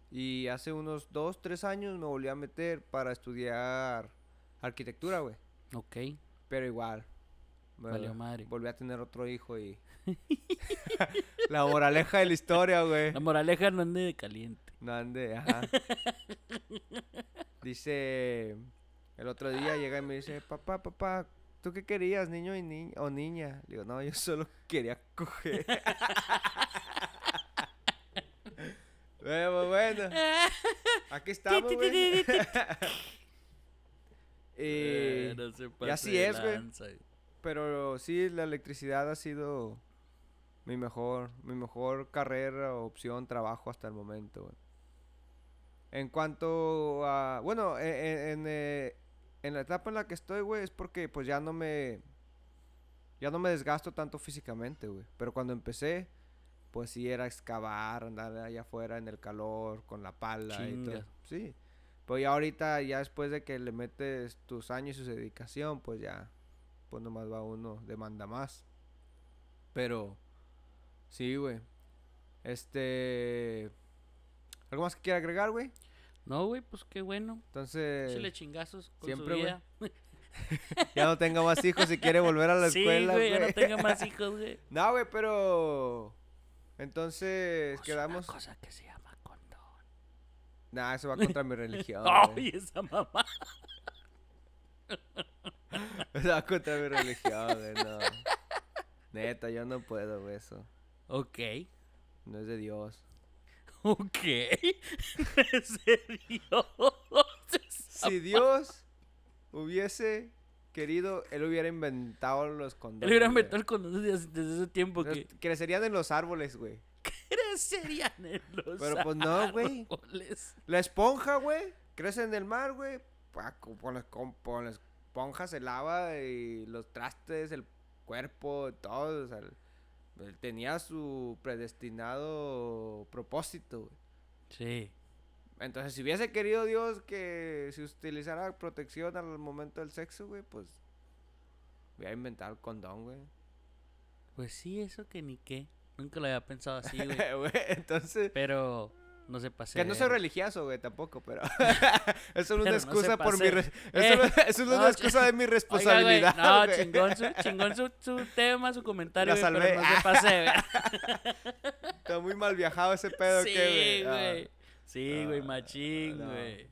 A: Y hace unos dos, tres años me volví a meter para estudiar arquitectura, güey.
B: Ok.
A: Pero igual. me
B: Valió madre.
A: Volví a tener otro hijo y. [laughs] la moraleja de la historia, güey.
B: La moraleja no ande de caliente.
A: No ande,
B: [laughs]
A: ajá. Dice. El otro día llega y me dice: Papá, papá, ¿Tú qué querías, niño y ni o niña? Le digo, no, yo solo quería
B: [laughs]
A: coger. bueno, bueno,
B: [laughs]
A: aquí estamos, güey.
B: Eh,
A: Y-
B: no se
A: Eh, y así
B: pase de
A: es, güey.
B: lanza, güey.
A: Pero sí, la electricidad ha sido mi mejor, mi mejor carrera, opción, trabajo hasta el momento. güey. En cuanto a, bueno, e- e- en, eh, en la etapa en la que estoy, güey, es porque pues ya no me, ya no me desgasto tanto físicamente, güey. Pero cuando empecé, pues sí era excavar, andar allá afuera en el calor, con la pala y
B: Chinga.
A: todo. Sí. Pero ya ahorita, ya después de que le metes tus años y su dedicación, pues ya, pues nomás va uno, demanda más. Pero, sí, güey. Este... ¿Algo más que quiera agregar, güey?
B: No, güey, pues qué bueno.
A: Entonces,
B: Échale chingazos con
A: siempre,
B: su
A: güey.
B: vida.
A: ya no tenga más hijos si quiere volver a la
B: [laughs] sí,
A: escuela,
B: güey,
A: güey.
B: ya no
A: [laughs]
B: tenga más hijos, güey.
A: No, güey, pero... Entonces,
B: Usa
A: quedamos...
B: Una cosa que se llama condón.
A: Nah,
B: [laughs]
A: eso va contra mi religión,
B: Ay,
A: güey. [laughs]
B: esa mamá.
A: Eso va contra mi religión, güey, no. Neta, yo no puedo, güey, eso.
B: Ok,
A: No es de Dios.
B: ok. [laughs] ¿En serio? Ah,
A: Si Dios hubiese querido, él hubiera inventado los
B: Le
A: condones.
B: hubieran
A: güey.
B: inventado el condón desde, desde ese tiempo
A: Los-
B: que
A: Crecerían en los árboles, güey.
B: crecerían en los
A: Pero pues no, güey.
B: árboles.
A: La esponja, güey, crece en el mar, güey. Pa- co- Con la, con, con la esponja se lava y los trastes, el cuerpo, todo. O sea, el- el- tenía su predestinado propósito, güey.
B: Sí.
A: Entonces, si hubiese querido Dios que se utilizara protección al momento del sexo, güey, pues hubiera inventado el condón, güey.
B: Pues sí, eso que ni qué. Nunca lo había pensado así, güey.
A: [laughs] [laughs] Güey, Entonces,
B: Pero no se pase.
A: que no
B: de
A: soy
B: verga.
A: religioso, güey, tampoco,
B: [laughs]
A: pero eso es
B: Pero no
A: una
B: se
A: excusa por mi
B: pase. [laughs]
A: re- eso no- eso es
B: no,
A: una excusa de mi
B: [laughs] Oiga, güey,
A: responsabilidad.
B: No,
A: güey.
B: chingón, su, chingón su, su tema, su comentario,
A: La
B: güey,
A: salvé.
B: pero no se pase. de verga.
A: Está muy mal viajado
B: [laughs]
A: ese pedo Ah,
B: Sí,
A: que
B: güey. Sí, güey,
A: Ah,
B: machín,
A: no.
B: güey.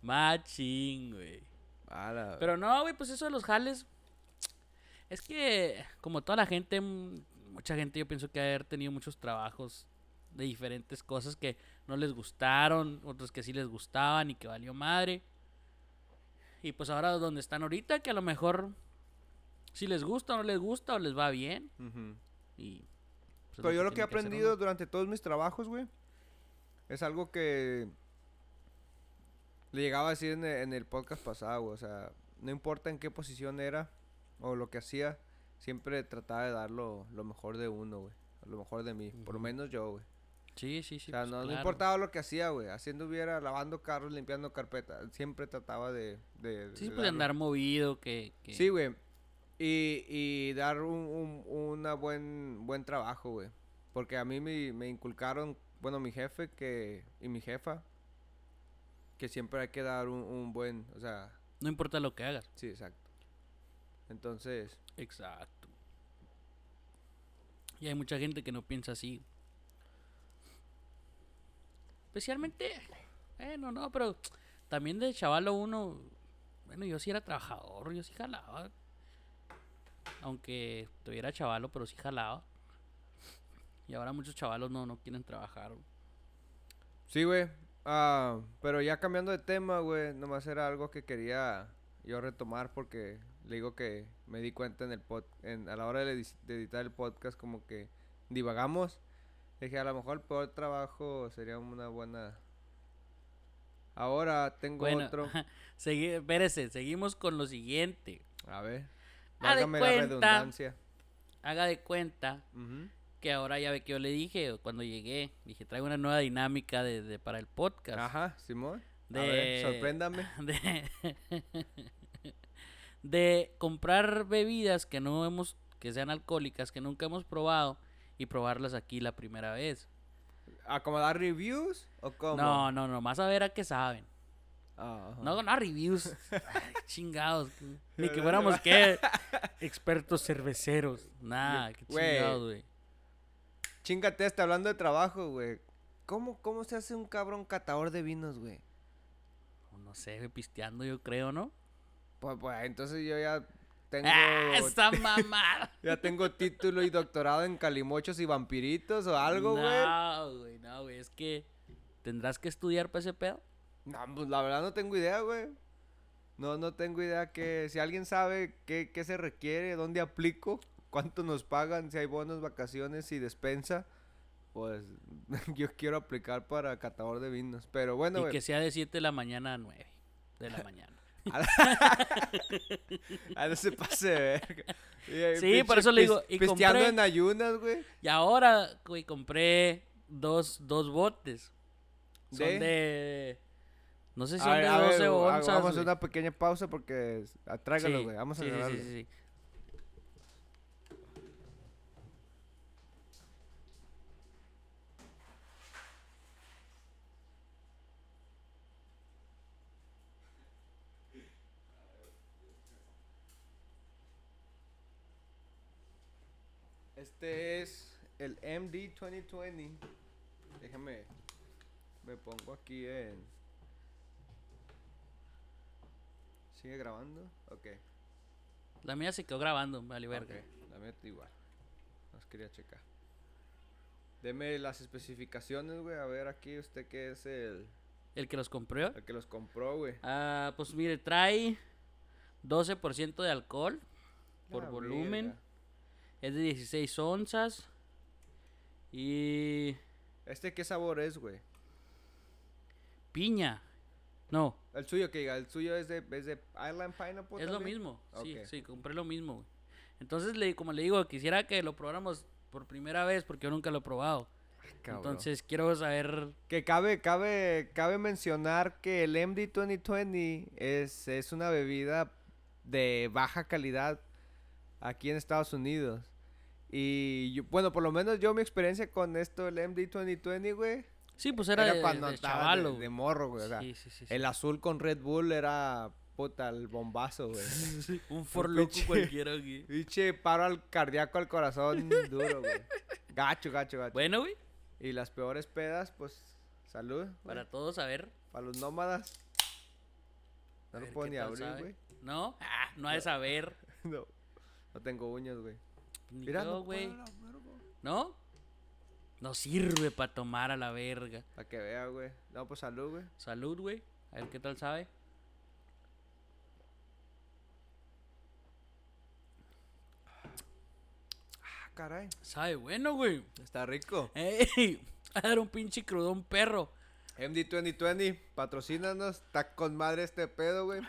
B: Machín, güey.
A: Ah, a la-
B: Pero no, güey, pues eso de los jales. Es que, como toda la gente, mm, mucha gente yo pienso que ha de haber tenido muchos trabajos de diferentes cosas que no les gustaron, otros que sí les gustaban y que valió madre. Y pues ahora donde están ahorita, que a lo mejor si les gusta o no les gusta o les va bien.
A: Ujú.
B: Y, pues, es
A: Pero yo lo que he
B: tiene hacer
A: aprendido
B: uno.
A: durante todos mis trabajos, güey, es algo que le llegaba a decir en e- en el, podcast pasado, güey. O sea, no importa en qué posición era o lo que hacía, siempre trataba de dar lo, lo mejor de uno, güey. Lo mejor de mí, por lo
B: Ujú.
A: menos yo, güey.
B: Sí, sí, sí.
A: o sea,
B: pues,
A: no, no
B: claro.
A: importaba lo que hacía, güey. Haciendo hubiera, lavando carros, limpiando carpetas. Siempre trataba de... de,
B: Sí,
A: de
B: se puede
A: darlo.
B: andar movido, que... que-
A: Sí, güey. Y, y dar un, una buen, buen trabajo, güey. Porque a mí me, me inculcaron, bueno, mi jefe que y mi jefa, que siempre hay que dar un, un buen, o sea,
B: No importa lo que hagas.
A: sí, exacto. Entonces,
B: Exacto. Y hay mucha gente que no piensa así. Especialmente, bueno, no, pero también de chavalo uno, bueno, yo sí era trabajador, yo sí jalaba. Aunque tuviera chavalo, pero sí jalaba. Y ahora muchos chavalos no, no quieren trabajar.
A: sí, güey. Ah, pero ya cambiando de tema, güey, nomás era algo que quería yo retomar porque le digo que me di cuenta en el pod, en, a la hora de, edis- de editar el podcast como que divagamos. Dije, a lo mejor el peor trabajo sería una buena... Ahora tengo
B: Bueno,
A: otro...
B: Segui espérese, seguimos con lo siguiente.
A: A ver.
B: Haz Ah, de
A: Válgame la
B: cuenta.
A: redundancia.
B: Haga de cuenta
A: Ujú.
B: que ahora ya ve que yo le dije cuando llegué, dije, traigo una nueva dinámica de, de- para el podcast.
A: Ajá, Simón. A
B: De-
A: ver, sorpréndame.
B: [laughs] de, de comprar bebidas que no hemos, que sean alcohólicas, que nunca hemos probado y probarlas aquí la primera vez.
A: ¿Acomodar reviews o cómo?
B: No, no, no, más a ver a qué saben.
A: Ah, ajá.
B: No,
A: [laughs]
B: no reviews. Ay, chingados. Ni que
A: ¿Verdad?
B: fuéramos qué expertos cerveceros. Nah, qué
A: Güey.
B: chingados, güey.
A: Chingate, hasta hablando de trabajo, güey. ¿Cómo, ¿Cómo se hace un cabrón catador de vinos, güey?
B: No sé, güey, pisteando yo creo, ¿no?
A: Pues, pues entonces yo ya tengo.
B: [laughs] ¡Ah, esa mamada!
A: Ya tengo título y doctorado en calimochos y vampiritos o algo, güey.
B: No, güey, no, güey. Es que tendrás que estudiar para ese pedo.
A: No, pues la verdad no tengo idea, güey. No, no tengo idea que si alguien sabe qué, qué se requiere, dónde aplico, cuánto nos pagan, si hay bonos, vacaciones y despensa, pues [laughs] yo quiero aplicar para catador de vinos. Pero bueno,
B: y
A: güey,
B: que sea de 7 de la mañana a 9 de la mañana.
A: ah, no se pase de
B: [laughs]
A: verga. Y ahí,
B: Sí,
A: pinche
B: por eso le
A: pis-
B: digo, y
A: pisteando
B: compré-
A: en ayunas, güey.
B: Y ahora, güey, compré dos, dos botes. Son
A: ¿De?
B: de... No sé si
A: A
B: son
A: ver,
B: de
A: a ver,
B: 12
A: güey,
B: onzas.
A: Vamos a hacer
B: güey.
A: una pequeña pausa porque atráigalo,
B: Sí,
A: güey. Vamos a
B: sí, sí,
A: grabarlo.
B: sí, sí.
A: Este es el MD 2020. Déjame. Me pongo aquí en. ¿Sigue grabando? Ok.
B: La mía se quedó grabando, vale, verga.
A: ok, La mía igual. Nos quería checar. Deme las especificaciones, güey. A ver aquí usted que es el,
B: El que los compró.
A: el que los compró, güey.
B: Ah, pues mire, trae 12% de alcohol por
A: La
B: volumen.
A: Ah, verga.
B: Es de 16 onzas. Y.
A: ¿Este qué sabor es, güey?
B: Piña. No,
A: El suyo, que diga. El suyo es de, es de Island Pineapple.
B: es lo
A: Oh, también?
B: mismo.
A: Ok.
B: Sí, sí, compré lo mismo. güey. Entonces, le, como le digo, quisiera que lo probáramos por primera vez porque yo nunca lo he probado.
A: Cabrón.
B: Entonces, quiero saber.
A: Que cabe, cabe, cabe mencionar que el MD 2020 es, es una bebida de baja calidad aquí en Estados Unidos. Y yo- bueno, por lo menos yo mi experiencia con esto, el MD 2020, güey,
B: Sí, pues era,
A: era,
B: de,
A: cuando
B: de
A: andaba de-
B: chavalo,
A: de,
B: güey.
A: morro, güey. o sea,
B: Sí, sí, sí, sí.
A: El azul con Red Bull era, puta, el bombazo,
B: [laughs]
A: güey.
B: [laughs]
A: [laughs]
B: Un forloco
A: pinche- [laughs]
B: cualquiera, güey.
A: Pinche paro al cardíaco al
B: [laughs]
A: corazón duro, güey. Gacho, gacho, gacho.
B: Bueno, güey,
A: Y las peores pedas, pues, salud. güey.
B: para todos, a ver.
A: Para los nómadas.
B: a
A: No lo
B: ver
A: puedo
B: qué
A: ni
B: tal
A: abrir,
B: sabe.
A: güey. [laughs]
B: No, ah, no ha de saber.
A: No. No tengo uñas, güey.
B: Ni
A: Mira,
B: yo,
A: no
B: güey.
A: puedo, la verga.
B: ¿No? No sirve para tomar a la verga.
A: Para que vea, güey. No, pues salud, güey.
B: Salud, güey. A ver qué tal sabe.
A: Ah, caray.
B: Sabe bueno, güey.
A: Está rico.
B: ¡Ey! [laughs] Va a dar un pinche crudón perro.
A: MD 2020, patrocínanos. Está con madre este pedo, güey.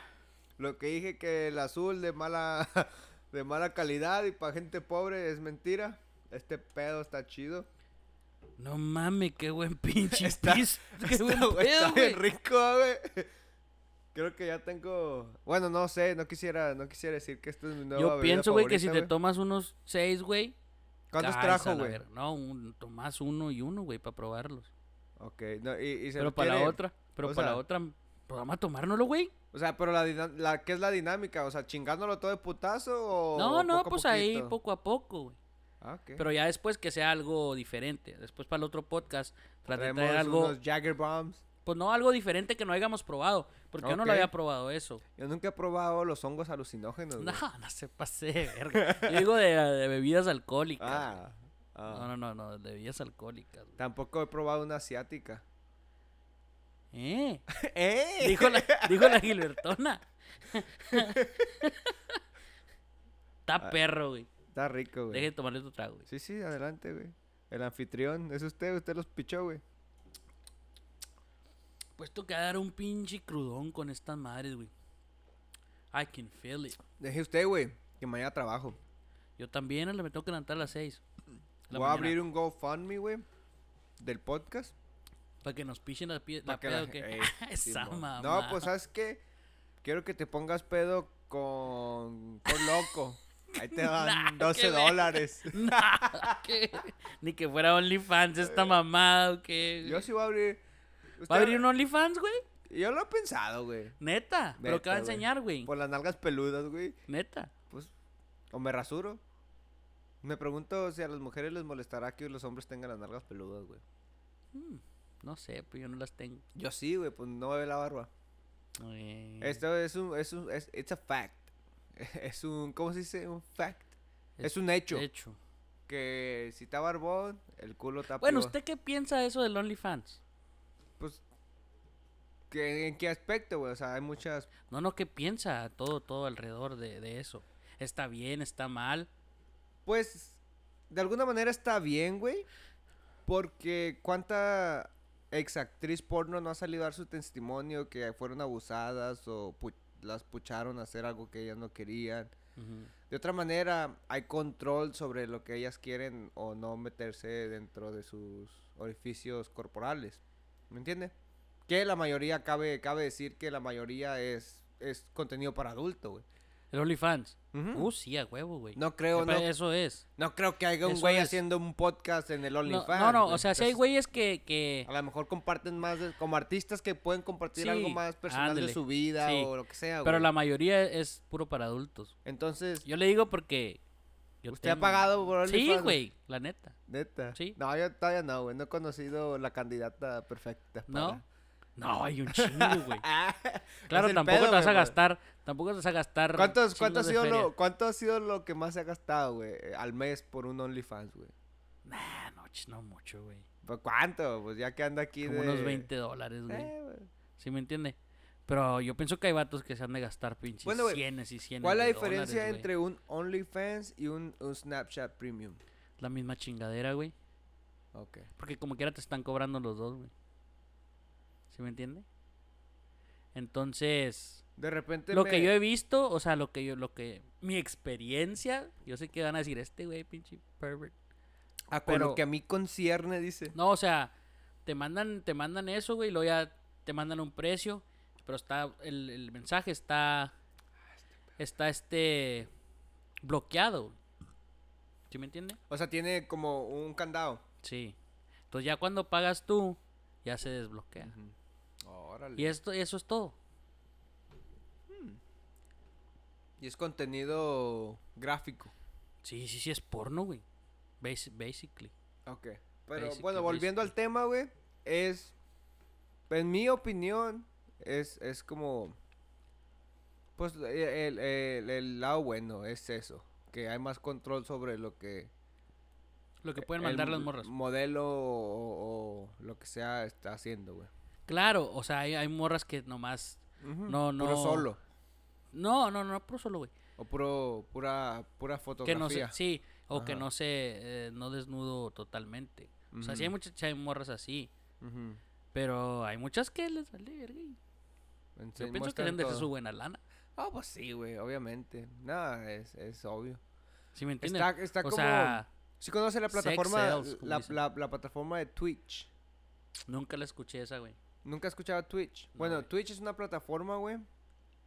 A: Lo que dije que el azul de mala, [laughs] de mala calidad y para gente pobre es mentira. Este pedo está chido.
B: No mames, qué buen pinche
A: [laughs] Está-
B: pis. [laughs] Qué
A: Está,
B: buen
A: güey, está
B: pedo,
A: bien
B: güey.
A: rico, güey. Creo que ya tengo. Bueno, no sé, no quisiera, no quisiera decir que esto es mi nueva
B: Yo
A: bebida
B: pienso, güey, que si
A: favorita,
B: te tomas unos seis, güey.
A: ¿Cuántos
B: caes a
A: trajo,
B: la
A: güey?
B: verga. No, un- tomás uno y uno, güey, para probarlos.
A: Ok, no, y, y se
B: Pero para la
A: requiere-
B: otra. Pero
A: o
B: para
A: sea-
B: la otra. Pues vamos a tomárnoslo, güey.
A: O sea, pero la, dina- la ¿qué es la dinámica? O sea, chingándolo todo de putazo o
B: No, no,
A: poco a
B: pues ahí
A: poquito?
B: poco a poco, güey.
A: Ah, ok.
B: Pero ya después que sea algo diferente. Después para el otro podcast, traté de
A: Traemos
B: traer algo.
A: unos Jagger Bombs.
B: Pues no, algo diferente que no hayamos probado. Porque yo no lo
A: Ok.
B: había probado eso.
A: Yo nunca he probado los hongos [laughs] alucinógenos.
B: [laughs] No,
A: güey.
B: no se pase de verga. Yo digo de, de bebidas alcohólicas.
A: Ah, ah.
B: No, no, no, no, de bebidas alcohólicas. güey.
A: Tampoco he probado una asiática.
B: ¿Eh?
A: ¡Eh!
B: [laughs] Dijo la, [laughs] dijo la Gilbertona. [laughs] Está perro, güey.
A: Está rico, Ah, güey.
B: Deje de tomarle tu trago, güey.
A: Sí, sí, adelante, güey. El anfitrión, es usted, usted los pichó, güey.
B: Puesto Pues que va a dar un pinche crudón con estas madres, güey. I can feel it.
A: Deje usted, güey, que mañana trabajo.
B: Yo también me tengo que levantar a las 6.
A: Voy a abrir un GoFundMe, güey, del podcast.
B: Para que nos pichen la, pie,
A: pa'
B: la peda, ¿o
A: ge-
B: [laughs] qué?
A: Ey,
B: Esa
A: Simón.
B: mamá.
A: eh, No, pues, ¿sabes qué? Quiero que te pongas pedo con... con loco. Ahí
B: [laughs]
A: te dan
B: Nah,
A: 12
B: qué verga. [laughs]
A: dólares. ah.
B: Nah, ¿qué? [laughs] Ni que fuera OnlyFans esta mamada, ¿o qué?
A: Eh. Yo sí voy a abrir... Usted-
B: ¿Va a abrir un OnlyFans, güey?
A: Yo lo he pensado, güey.
B: Neta. ¿Pero qué va a
A: Neta, güey.
B: enseñar, güey?
A: Por las nalgas peludas, güey.
B: Neta.
A: Pues, o me rasuro. Me pregunto si a las mujeres les molestará que los hombres tengan las nalgas peludas, güey.
B: No sé, pues yo no las tengo.
A: Yo sí, güey, pues no me ve la barba.
B: Eh,
A: Esto es un, es un, es, it's a fact. [laughs] Es un, ¿cómo se dice? Un fact. Es, un hecho.
B: Hecho.
A: Que si está barbón, el culo está
B: Bueno,
A: peor.
B: ¿usted qué piensa de eso del OnlyFans?
A: Pues, ¿qué- ¿en qué aspecto, güey? O sea, hay muchas...
B: No, no, ¿qué piensa todo, todo alrededor de, de eso? ¿Está bien? ¿Está mal?
A: Pues, de alguna manera está bien, güey. Porque cuánta exactriz porno no ha salido a dar su testimonio que fueron abusadas o pu- las pucharon a hacer algo que ellas no querían.
B: Ujú.
A: De otra manera, hay control sobre lo que ellas quieren o no meterse dentro de sus orificios corporales. ¿Me entiende? Que la mayoría, cabe, cabe decir que la mayoría es, es contenido para adulto, güey.
B: ¿El OnlyFans?
A: Ujú.
B: Uh, sí, a huevo, güey.
A: No creo,
B: Epa,
A: no,
B: Eso es.
A: no creo que haya un
B: eso
A: güey
B: es.
A: haciendo un podcast en el
B: No,
A: OnlyFans.
B: No, no,
A: güey.
B: o sea, si hay
A: Entonces,
B: güeyes que... que...
A: A lo mejor comparten más, de- como artistas que pueden compartir algo
B: Sí,
A: más personal
B: ándele.
A: de su vida
B: Sí.
A: o lo que sea,
B: Pero
A: güey.
B: la mayoría es puro para adultos.
A: Entonces,
B: Yo le digo porque... yo
A: ¿usted ha
B: tengo-
A: pagado por OnlyFans?
B: Sí, güey, la neta.
A: ¿Neta?
B: Sí.
A: No, yo todavía no, güey. No he conocido la candidata perfecta.
B: ¿No?
A: para-
B: No, hay un
A: [laughs]
B: chingo, güey. [laughs]
A: Ah,
B: Claro,
A: es el
B: tampoco
A: pedo,
B: te vas a
A: güey,
B: gastar, tampoco te vas a gastar.
A: güey. ¿Cuántos,
B: chingos
A: cuánto, ha
B: de
A: sido
B: feria.
A: lo, ¿Cuánto ha sido lo que más se ha gastado, güey, eh, al mes por un OnlyFans, güey?
B: Nah, no, ch- no mucho, güey.
A: ¿Pero ¿Cuánto? Pues ya que anda aquí
B: Como
A: de...
B: unos 20 dólares, güey.
A: Eh, güey.
B: ¿Sí me entiende? Pero yo pienso que hay vatos que se han de gastar pinches
A: Bueno, güey,
B: cienes y cienes.
A: ¿Cuál es la
B: de
A: diferencia
B: dólares, güey.
A: entre un OnlyFans y un, un Snapchat Premium?
B: La misma chingadera, güey.
A: Ok.
B: Porque como quiera te están cobrando los dos, güey. ¿Sí me entiende? Entonces,
A: De repente
B: lo
A: me-
B: que yo he visto, o sea, lo que yo, lo que. Mi experiencia, yo sé que van a decir este, güey, pinche pervert.
A: Ah, con
B: pero-
A: lo que a mí concierne, dice.
B: No, o sea, te mandan, te mandan eso, güey, y luego ya te mandan un precio, pero está, el, el mensaje está, está este, bloqueado. ¿Sí me entiende?
A: O sea, tiene como un candado.
B: Sí. Entonces ya cuando pagas tú, ya se desbloquea.
A: Ujú. Órale.
B: Y esto, eso es todo.
A: y es contenido gráfico.
B: Sí, sí, sí, es porno, güey. Basi- basically.
A: Ok. Pero
B: Basic,
A: bueno, volviendo al tema, güey, es. En mi opinión, es, es como. Pues e- el, el- el lado bueno es eso. Que hay más control sobre lo que.
B: Lo que pueden
A: Eh, el
B: mandar las
A: m-
B: morras.
A: Modelo o, o lo que sea está haciendo, güey.
B: Claro, o sea, hay, hay morras que nomás...
A: Ujú,
B: No,
A: Puro
B: no.
A: solo.
B: No, no, no, por solo, güey.
A: O puro, pura, pura fotografía.
B: que no se, sí o que
A: Ajá.
B: no se eh, no desnudo totalmente o sea sí hay
A: Ujú.
B: muchas sí hay morras así
A: Ujú.
B: pero hay muchas que les vale verga y
A: Entonces,
B: yo pienso que
A: muestran
B: deben de hacer
A: todo.
B: su buena lana
A: Ah, pues sí, güey, obviamente. Nada, es, es obvio.
B: ¿sí me entienden
A: Está, está
B: o
A: como...
B: sea
A: Si conoce la
B: Sex
A: plataforma,
B: sells, como
A: la,
B: dicen.
A: la- la plataforma de Twitch.
B: nunca la escuché esa güey
A: Nunca he escuchado Twitch.
B: No,
A: Bueno,
B: güey.
A: Twitch es una plataforma, güey.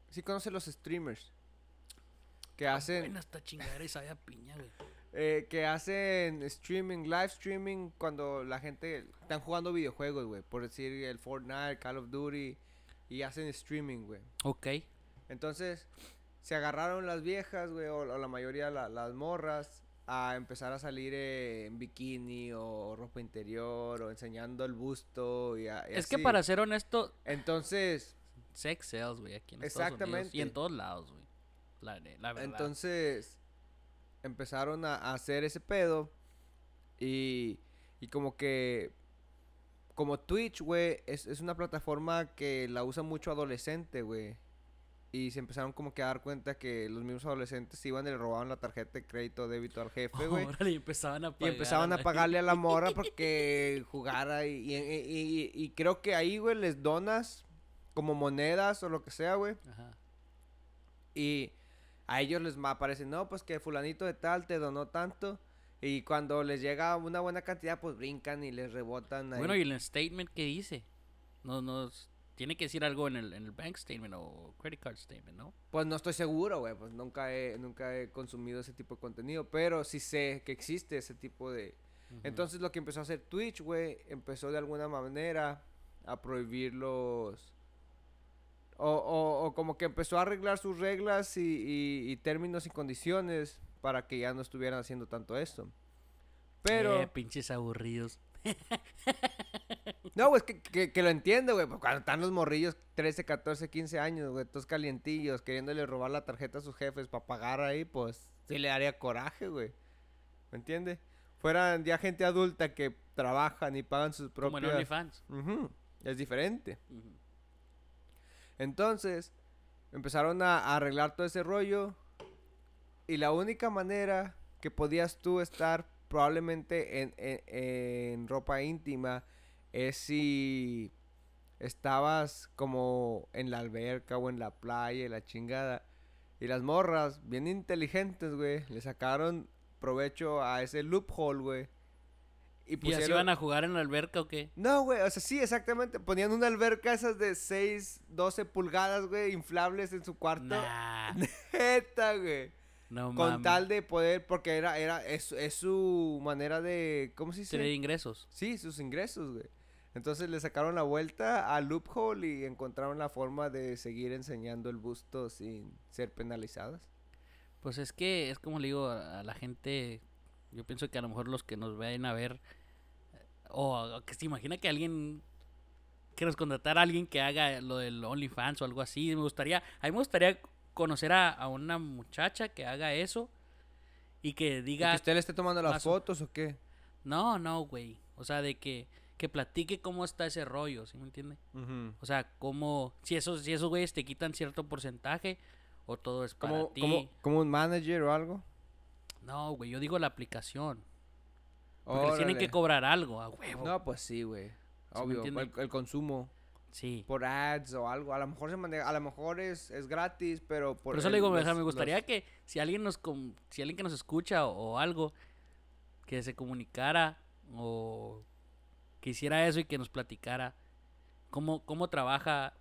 A: Si conoce los streamers.
B: Ah,
A: Que hacen,
B: buena está chingadera y sabe a piña güey
A: eh, que hacen streaming, live streaming, cuando la gente están jugando videojuegos, güey. Por decir el Fortnite, Call of Duty. Y hacen streaming, güey.
B: Ok.
A: Eh, Entonces, se agarraron las viejas, güey, o, o la mayoría la- las morras, a empezar a salir eh, en bikini o ropa interior o enseñando el busto y, a- y
B: es que
A: así.
B: para ser honesto
A: Entonces,
B: sex sells güey aquí en Estados Unidos y en
A: Exactamente.
B: todos lados güey la, ne- la verdad
A: entonces, empezaron a, a hacer ese pedo y, y como que... Como Twitch, güey, es, es una plataforma que la usa mucho adolescente, güey. Y se empezaron como que a dar cuenta que los mismos adolescentes iban y le robaban la tarjeta de crédito o débito al jefe, güey.
B: [laughs] Órale, y empezaban a
A: Y
B: pagar
A: empezaban a
B: la-
A: pagarle a
B: [laughs]
A: la morra porque jugara y, y- y- y- y creo que ahí, güey, les donas como monedas o lo que sea, güey.
B: Ajá.
A: Y a ellos les ma- aparece, no, pues que fulanito de tal te donó tanto. Y cuando les llega una buena cantidad, pues brincan y les rebotan ahí.
B: Bueno, y el statement que dice. No, no, s- tiene que decir algo en el, en el bank statement o credit card statement, ¿no?
A: Pues no estoy seguro, güey, pues nunca he, nunca he consumido ese tipo de contenido, pero sí sé que existe ese tipo de, Entonces lo que empezó a hacer Twitch, güey, empezó de alguna manera a prohibir los... O, o- o como que empezó a arreglar sus reglas y, y- y términos y condiciones para que ya no estuvieran haciendo tanto esto. Pero...
B: Eh, pinches aburridos.
A: No, güey, es que, que, que lo entiendo, güey. porque Cuando están los morrillos, 13, 14, 15 años, güey, todos calientillos, queriéndole robar la tarjeta a sus jefes para pagar ahí, pues sí le daría coraje, güey. ¿Me entiendes? Fueran ya gente adulta que trabajan y pagan sus
B: Como
A: propias.
B: en OnlyFans.
A: Ujú, Es diferente.
B: Ujú.
A: Entonces, empezaron a, a arreglar todo ese rollo. Y la única manera que podías tú estar probablemente en, en- en ropa íntima es si estabas como en la alberca o en la playa y la chingada. Y las morras, bien inteligentes, güey, le sacaron provecho a ese loophole, güey. Y
B: ¿Y así
A: pusieron...
B: van a jugar en la alberca o qué?
A: No, güey, o sea, sí, exactamente. Ponían una alberca esas de 6, 12 pulgadas, güey, inflables en su cuarto. [laughs]
B: Nah,
A: Neta, güey.
B: no
A: Con
B: mames.
A: tal de poder, porque era, era, es, es su manera de, ¿cómo se dice?
B: Tener ingresos.
A: Sí, sus ingresos, güey. Entonces le sacaron la vuelta al loophole y encontraron la forma de seguir enseñando el busto sin ser penalizadas.
B: Pues es que es como le digo a a la gente, yo pienso que a lo mejor los que nos vayan a ver, eh, o o que se imagina que alguien, que nos contratara a alguien que haga lo del OnlyFans o algo así, me gustaría, a mí me gustaría conocer a, a una muchacha que haga eso y que
A: ¿Y ¿Que
B: diga,
A: usted le esté tomando las
B: más o-
A: fotos o qué?
B: no, no, güey, o sea, de que, que platique cómo está ese rollo, ¿sí me entiende?
A: Ujú.
B: O sea, cómo, si esos, si esos güeyes te quitan cierto porcentaje o todo es para
A: ¿Como,
B: ti.
A: como, como un manager o algo?
B: No, güey, yo digo la aplicación. Porque les tienen
A: Órale.
B: que cobrar algo, a huevo.
A: No, pues sí, güey.
B: Eh, me
A: Obvio,
B: entiende?
A: el, el consumo
B: sí.
A: por ads o algo. A lo mejor se maneja- a lo mejor es, es gratis, pero por,
B: Por, eso le digo,
A: el-
B: o sea,
A: los-
B: me gustaría
A: los-
B: que si alguien nos com- si alguien que nos escucha o, o algo que se comunicara o que hiciera eso y que nos platicara cómo cómo trabaja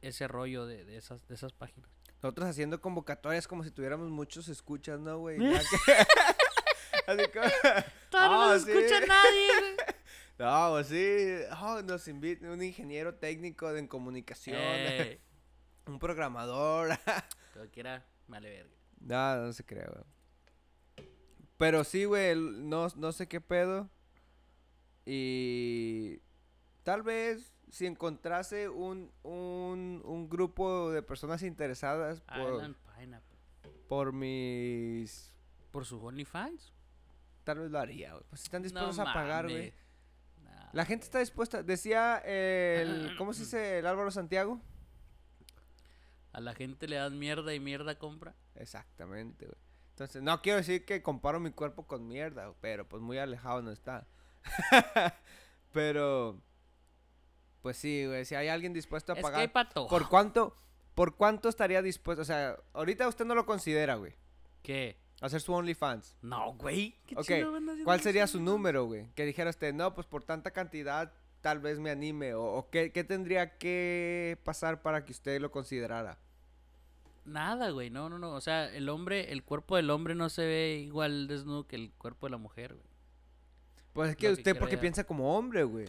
B: ese rollo de, de esas de esas páginas.
A: Nosotros haciendo convocatorias como si tuviéramos muchos escuchas, ¿no,
B: [laughs]
A: güey? Ya que- [laughs] Así como-
B: no
A: Ah,
B: nos
A: sí.
B: escucha nadie. güey.
A: [laughs] No, pues sí. Oh, nos invita un ingeniero técnico de en comunicación,
B: Ey,
A: [laughs] un programador.
B: pero que era, vale verga.
A: No, no se crea, güey. Pero sí, güey, el- no, no sé qué pedo. Y tal vez si encontrase un, un, un grupo de personas interesadas por,
B: Alan Pineapple.
A: por mis...
B: Por sus OnlyFans.
A: Tal vez lo haría, güey. Pues están
B: No
A: dispuestos a pagar, güey.
B: mames. Nah.
A: La gente está dispuesta. Decía
B: [clears throat]
A: el... ¿Cómo se dice? El Álvaro Santiago.
B: A la gente le dan mierda y mierda compra.
A: Exactamente, güey. Entonces, no quiero decir que comparo mi cuerpo con mierda, güey, pero pues muy alejado no está. [laughs] pero, pues sí, güey, si hay alguien dispuesto a
B: Es que
A: pagar.
B: hay pato.
A: ¿Por cuánto? ¿Por cuánto estaría dispuesto? O sea, ahorita usted no lo considera, güey.
B: ¿Qué?
A: Hacer su OnlyFans.
B: No, Pues, güey. ¿Qué
A: Ok,
B: chingados andan haciendo
A: ¿Cuál
B: eso?
A: sería su número, güey? Que dijera usted, no, pues por tanta cantidad tal vez me anime. ¿O, o qué, qué tendría que pasar para que usted lo considerara?
B: Nada, güey. No, no, no. O sea, el hombre, el cuerpo del hombre no se ve igual desnudo que el cuerpo de la mujer, güey.
A: Pues es que
B: Lo que
A: usted
B: quiero
A: porque
B: llegar.
A: piensa como hombre, güey.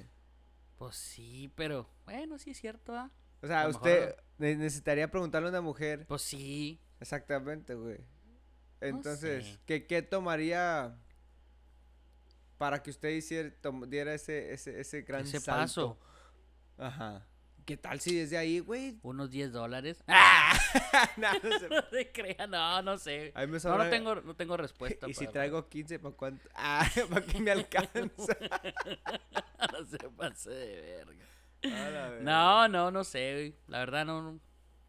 B: Pues sí, pero bueno, sí es cierto, ¿ah?
A: O
B: A
A: sea,
B: lo
A: usted
B: mejor-
A: ne- necesitaría preguntarle a una mujer.
B: Pues sí.
A: Exactamente, güey. Entonces,
B: sé.
A: ¿qué, qué tomaría para que usted hiciera, tom- diera ese, ese, ese gran
B: Ese
A: salto?
B: paso.
A: Ajá. ¿Qué tal si desde ahí,
B: [laughs]
A: güey? [laughs]
B: Unos 10 dólares. [laughs] ¡Ah!
A: Nah, no sé.
B: No te creas, no, no sé.
A: Ahí me
B: No, no
A: sobra-
B: tengo, no tengo
A: [laughs]
B: respuesta.
A: Y si
B: para-
A: traigo 15, ¿para cuánto? [laughs] Ah, ¿para qué me alcanza?
B: [laughs]
A: [laughs]
B: no se pase de verga.
A: A la verga.
B: No, no, no sé, güey. La verdad, no, no.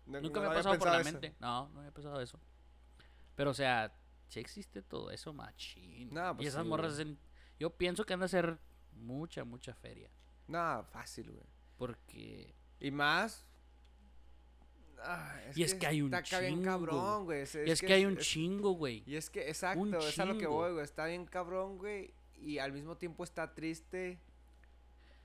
A: No- no
B: Nunca me ha
A: había
B: pasado por la
A: pensado eso.
B: mente. No, no me ha pasado eso. Pero, o sea, sí existe todo eso, machín.
A: No,
B: y
A: pues
B: esas
A: sí,
B: morras
A: güey.
B: hacen. Yo pienso que han de hacer mucha, mucha feria.
A: No, fácil, güey.
B: Porque.
A: Y más. ah,
B: Y es que hay un
A: Está acá bien
B: chingo,
A: cabrón, güey. Es,
B: y es que, hay un chingo, güey.
A: Y es que, exacto, es a lo que
B: chingo.
A: voy, güey. Está bien cabrón, güey. Y al mismo tiempo está triste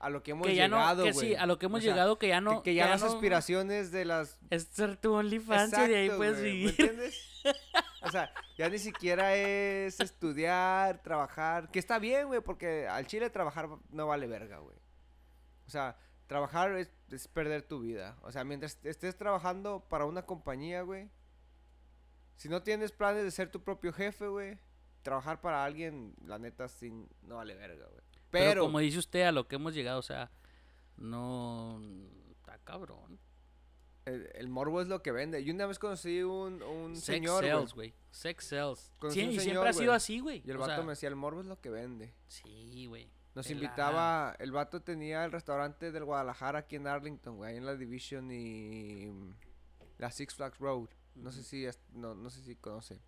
A: a lo que hemos
B: Que ya
A: llegado,
B: no. Que
A: güey.
B: sí, a lo que hemos
A: O sea,
B: llegado, que ya
A: que-
B: no.
A: que ya las
B: no-
A: aspiraciones de las...
B: Es ser tu OnlyFans y de ahí pues,
A: Exacto,
B: puedes
A: güey, ¿me
B: vivir.
A: entiendes? O sea, ya ni siquiera es estudiar, trabajar. Que está bien, güey, porque al chile trabajar no vale verga, güey. O sea, trabajar es, es perder tu vida. O sea, mientras estés trabajando para una compañía, güey. Si no tienes planes de ser tu propio jefe, güey. Trabajar para alguien, la neta, sin, no vale verga, güey.
B: [laughs] Pero,
A: Pero,
B: como dice usted, a lo que hemos llegado, o sea. No. Está cabrón.
A: El, el morbo es lo que vende. Yo una vez conocí un, un
B: Sex
A: señor. güey,
B: sells, güey. Sex sells.
A: Conocí
B: Sí,
A: un
B: y
A: señor,
B: siempre ha sido
A: güey,
B: así, güey.
A: Y el
B: O
A: vato
B: sea,
A: me decía, el morbo es lo que vende.
B: Sí, güey.
A: Nos
B: Pelada.
A: invitaba, el vato tenía el restaurante del Guadalajara aquí en Arlington, güey, ahí en la Division y mm, la Six Flags Road. No sé
B: Ujú.
A: si es- no, no sé si conoce.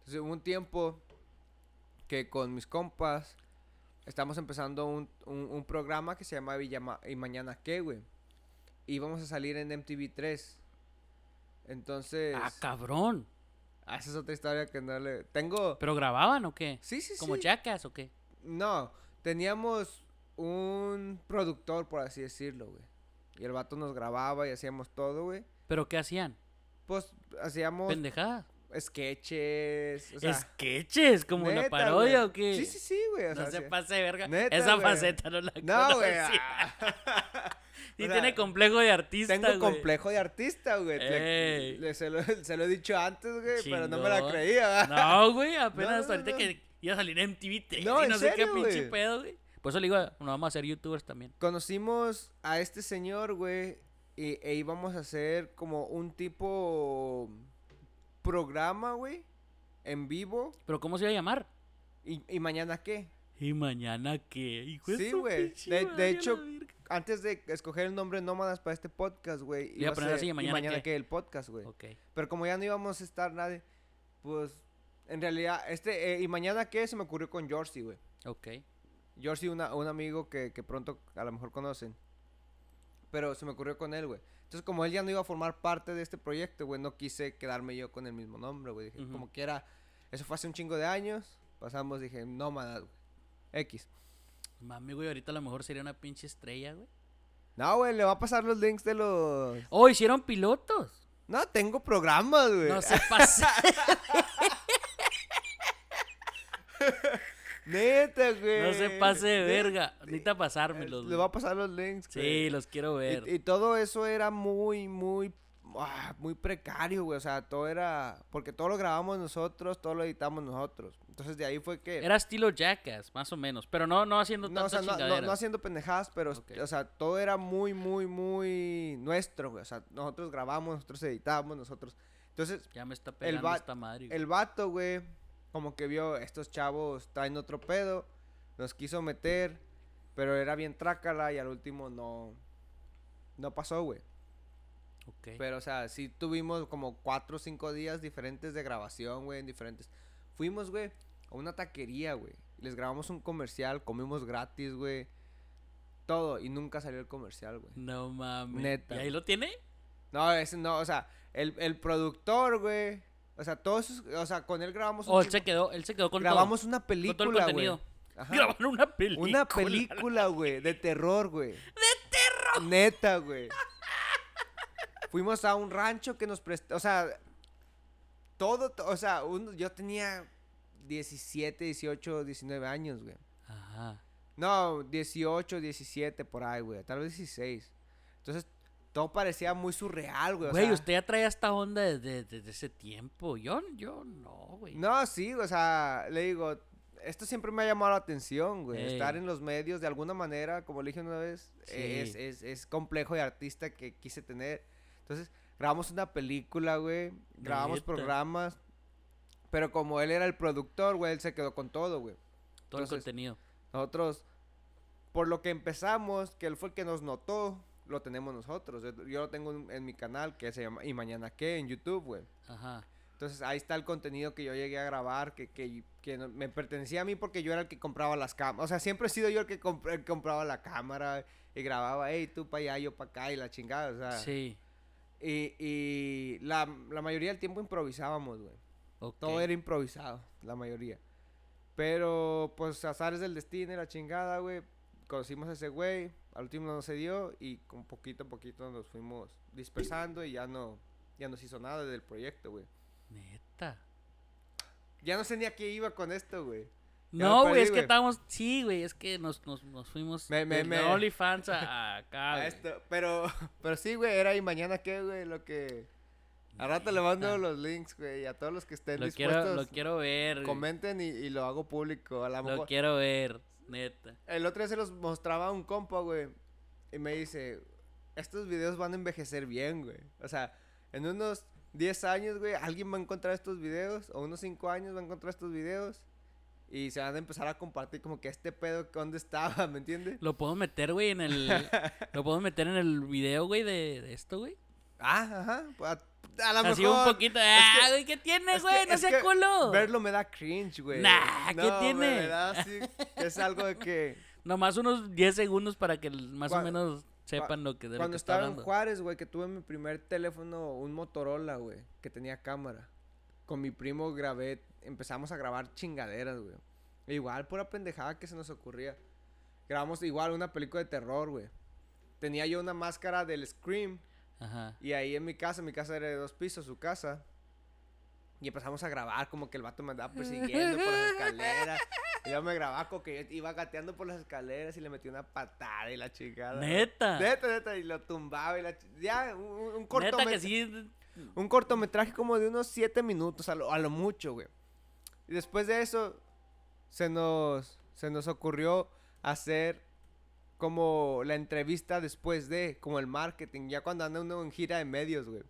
A: Entonces hubo un tiempo que con mis compas estamos empezando un, un- un programa que se llama Villama y mañana qué, güey. Y vamos a salir en MTV3. Entonces,
B: Ah, cabrón.
A: ah, esa es otra historia que no le tengo
B: ¿Pero grababan o qué?
A: Sí, sí,
B: ¿Como
A: sí.
B: chacas o qué?
A: No, teníamos un productor, por así decirlo, güey. Y el vato nos grababa y hacíamos todo, güey.
B: ¿Pero qué hacían?
A: Pues hacíamos
B: ¿Pendejadas?
A: sketches, o sea...
B: ¿Sketches? ¿Como la
A: neta,
B: parodia
A: güey.
B: o qué?
A: Sí, sí, sí, güey. o
B: No
A: sea,
B: se
A: sí.
B: pase de verga.
A: Neta,
B: Esa
A: güey.
B: faceta no la
A: No, güey. ah,
B: conocía. Y
A: [laughs] o sea,
B: tiene complejo de artista,
A: Tengo
B: güey.
A: complejo de artista, güey. le-
B: Ey.
A: le- se, lo, se lo he dicho antes, güey, pero no me la
B: Chingón.
A: creía, ¿verdad?
B: No, güey, apenas
A: [laughs] No, no,
B: ahorita
A: no.
B: que iba a salir en TV3
A: No,
B: y
A: en
B: no sé qué
A: serio,
B: pinche
A: güey.
B: pedo, güey. Por eso le digo, no vamos a ser youtubers también.
A: Conocimos a este señor, güey, y- e íbamos a hacer como un tipo programa, güey, en vivo.
B: Pero ¿cómo se iba a llamar?
A: ¿Y, y mañana qué?
B: ¿Y mañana qué? Hijo de
A: Sí,
B: su
A: güey.
B: pinche
A: De- de
B: madre, a la
A: hecho,
B: verga.
A: Antes de escoger el nombre Nómadas para este podcast, güey.
B: iba a poner así, ¿y mañana qué?
A: el podcast, güey.
B: Ok.
A: Pero como ya no íbamos a estar nadie, pues en realidad, este, eh, ¿y mañana qué? Se me ocurrió con Jorsey, güey.
B: Ok.
A: George y una- un amigo que, que pronto a lo mejor conocen. Pero se me ocurrió con él, güey. Entonces, como él ya no iba a formar parte de este proyecto, güey, no quise quedarme yo con el mismo nombre, güey. Dije,
B: Ujú.
A: como quiera. Eso fue hace un chingo de años. Pasamos, dije, nómadas, güey. X.
B: Pues, Mami, güey, ahorita a lo mejor sería una pinche estrella, güey.
A: No, güey, le va a pasar los links de los.
B: Oh, hicieron pilotos.
A: No, tengo programas, güey.
B: No
A: [laughs]
B: se pasa.
A: Neta, güey.
B: No se pase de
A: Neta, Eh,
B: verga. Necesita pasármelos.
A: Le
B: güey.
A: va a pasar los links, güey.
B: Sí, los quiero ver.
A: Y, y todo eso era muy, muy, ah, muy precario, güey. O sea, todo era. Porque todo lo grabamos nosotros, todo lo editamos nosotros. Entonces de ahí fue que.
B: Era estilo Jackass, más o menos. Pero no, no haciendo
A: no, o
B: tantas
A: sea, no, no-
B: chingaderas.
A: no haciendo pendejadas, pero,
B: Ok.
A: o sea, todo era muy, muy, muy nuestro, güey. O sea, nosotros grabamos, nosotros editamos, nosotros. Entonces,
B: Ya me está pegando
A: va-
B: esta madre. güey.
A: el vato, güey, como que vio, estos chavos traen otro pedo, nos quiso meter, pero era bien trácala y al último no. No pasó, güey.
B: Ok.
A: Pero, o sea, sí tuvimos como cuatro o cinco días diferentes de grabación, güey, en diferentes. Fuimos, güey, a una taquería, güey. Les grabamos un comercial, comimos gratis, güey. Todo, y nunca salió el comercial, güey.
B: No mames.
A: Neta,
B: ¿Y ahí
A: güey.
B: lo tiene?
A: No, ese no, o sea, el, el productor, güey. O sea, todos, sus- o sea, con él grabamos un
B: O él
A: chingo-
B: se quedó, él se quedó Oh, con
A: grabamos una
B: todo, con
A: película,
B: todo el
A: güey.
B: contenido.
A: Ajá.
B: [laughs] Grabaron una película.
A: Una película, güey, de terror, güey. ¡De terror! Neta, güey. Fuimos a un rancho que nos prestó, o sea, todo, to- o sea, un- yo tenía 17, 18, 19 años, güey.
B: Ajá.
A: No, 18, 17 por ahí, güey, tal vez 16. Entonces, todo parecía muy surreal, güey. o
B: Güey,
A: sea,
B: usted ya traía esta onda desde, desde ese tiempo. Yo, yo no, güey.
A: No, sí, o sea, le digo, esto siempre me ha llamado la atención, güey.
B: Ey.
A: Estar en los medios de alguna manera, como le dije una vez, eh, es,
B: Sí.
A: es- es complejo de artista que quise tener. Entonces, grabamos una película, güey. Grabamos
B: Neta.
A: programas. Pero como él era el productor, güey, él se quedó con todo, güey.
B: todo el
A: entonces-
B: contenido.
A: Nosotros, por lo que empezamos, que él fue el que nos notó, lo tenemos nosotros. Yo, yo lo tengo en, en mi canal que se llama Y Mañana Qué, en YouTube, güey.
B: Ajá.
A: Entonces ahí está el contenido que yo llegué a grabar, que, que, que no- me pertenecía a mí porque yo era el que compraba las cámaras. O sea, siempre he sido yo el que comp- el que compraba la cámara y grababa, hey, tú para allá, yo para acá y la chingada. O sea,
B: Sí.
A: y, y la, la mayoría del tiempo improvisábamos, güey.
B: Ok.
A: Todo era improvisado, la mayoría. Pero, pues, azares del destino y la chingada, güey. Conocimos a ese güey, al último no se dio y con poquito a poquito nos fuimos dispersando y ya no, ya no se hizo nada del proyecto, güey.
B: Neta.
A: Ya no sé ni a qué iba con esto, güey. Ya
B: No,
A: me
B: güey,
A: perdí,
B: es que
A: güey.
B: estábamos. Sí, güey, es que nos, nos, nos fuimos
A: Me- me-
B: de- de
A: me- [laughs]
B: OnlyFans a, a acá.
A: A
B: güey.
A: esto. Pero, Ah, [laughs] pero sí, güey, era y mañana qué, güey, lo que... A rato le mando
B: Neta.
A: los links, güey, y a todos los que estén
B: Lo
A: dispuestos,
B: quiero, lo quiero ver. güey.
A: comenten y, y lo hago público. A lo
B: Lo
A: mejor...
B: quiero ver, neta.
A: El otro día se los mostraba a un compa, güey, Y me dice, estos videos van a envejecer bien, güey. O sea, en unos 10 años, güey, alguien va a encontrar estos videos, o unos 5 años va a encontrar estos videos. Y se van a empezar a compartir como que este pedo, ¿dónde estaba? [laughs] ¿Me entiendes?
B: Lo puedo meter, güey, en el.
A: [laughs]
B: lo puedo meter en el video, güey, de, de esto, güey.
A: Ah, ajá. pues, A, a lo
B: Así
A: mejor.
B: un poquito. Ah, güey, ¿qué tiene,
A: es que-
B: güey? No
A: es
B: sea
A: que
B: culo.
A: Verlo me da cringe, güey.
B: Nah, ¿qué
A: No, güey,
B: tiene?
A: me da así- es algo de
B: [laughs]
A: que.
B: Nomás unos 10 segundos para que el- más o
A: Cuan-
B: menos sepan lo que de lo
A: Cuando
B: que está
A: estaba en
B: hablando.
A: Juárez, güey, que tuve mi primer teléfono, un Motorola, güey, que tenía cámara. Con mi primo grabé, empezamos a grabar chingaderas, güey. Igual, pura pendejada que se nos ocurría. Grabamos igual una película de terror, güey. Tenía yo una máscara del Scream
B: Ajá.
A: y ahí en mi casa, mi casa era de dos pisos, su casa. Y empezamos a grabar como que el vato me andaba persiguiendo por las
B: [laughs]
A: escaleras. Y yo me grababa como que yo iba gateando por las escaleras y le metí una patada y la chingada. güey.
B: Neta.
A: Neta, neta, y lo tumbaba y la ch- Ya, un- un, un
B: Neta que
A: cortometraje.
B: sí.
A: Un cortometraje como de unos 7 minutos, a lo, a lo mucho, güey. Y después de eso, se nos, se nos ocurrió hacer como la entrevista después de, como el marketing, ya cuando anda uno en gira de medios, güey.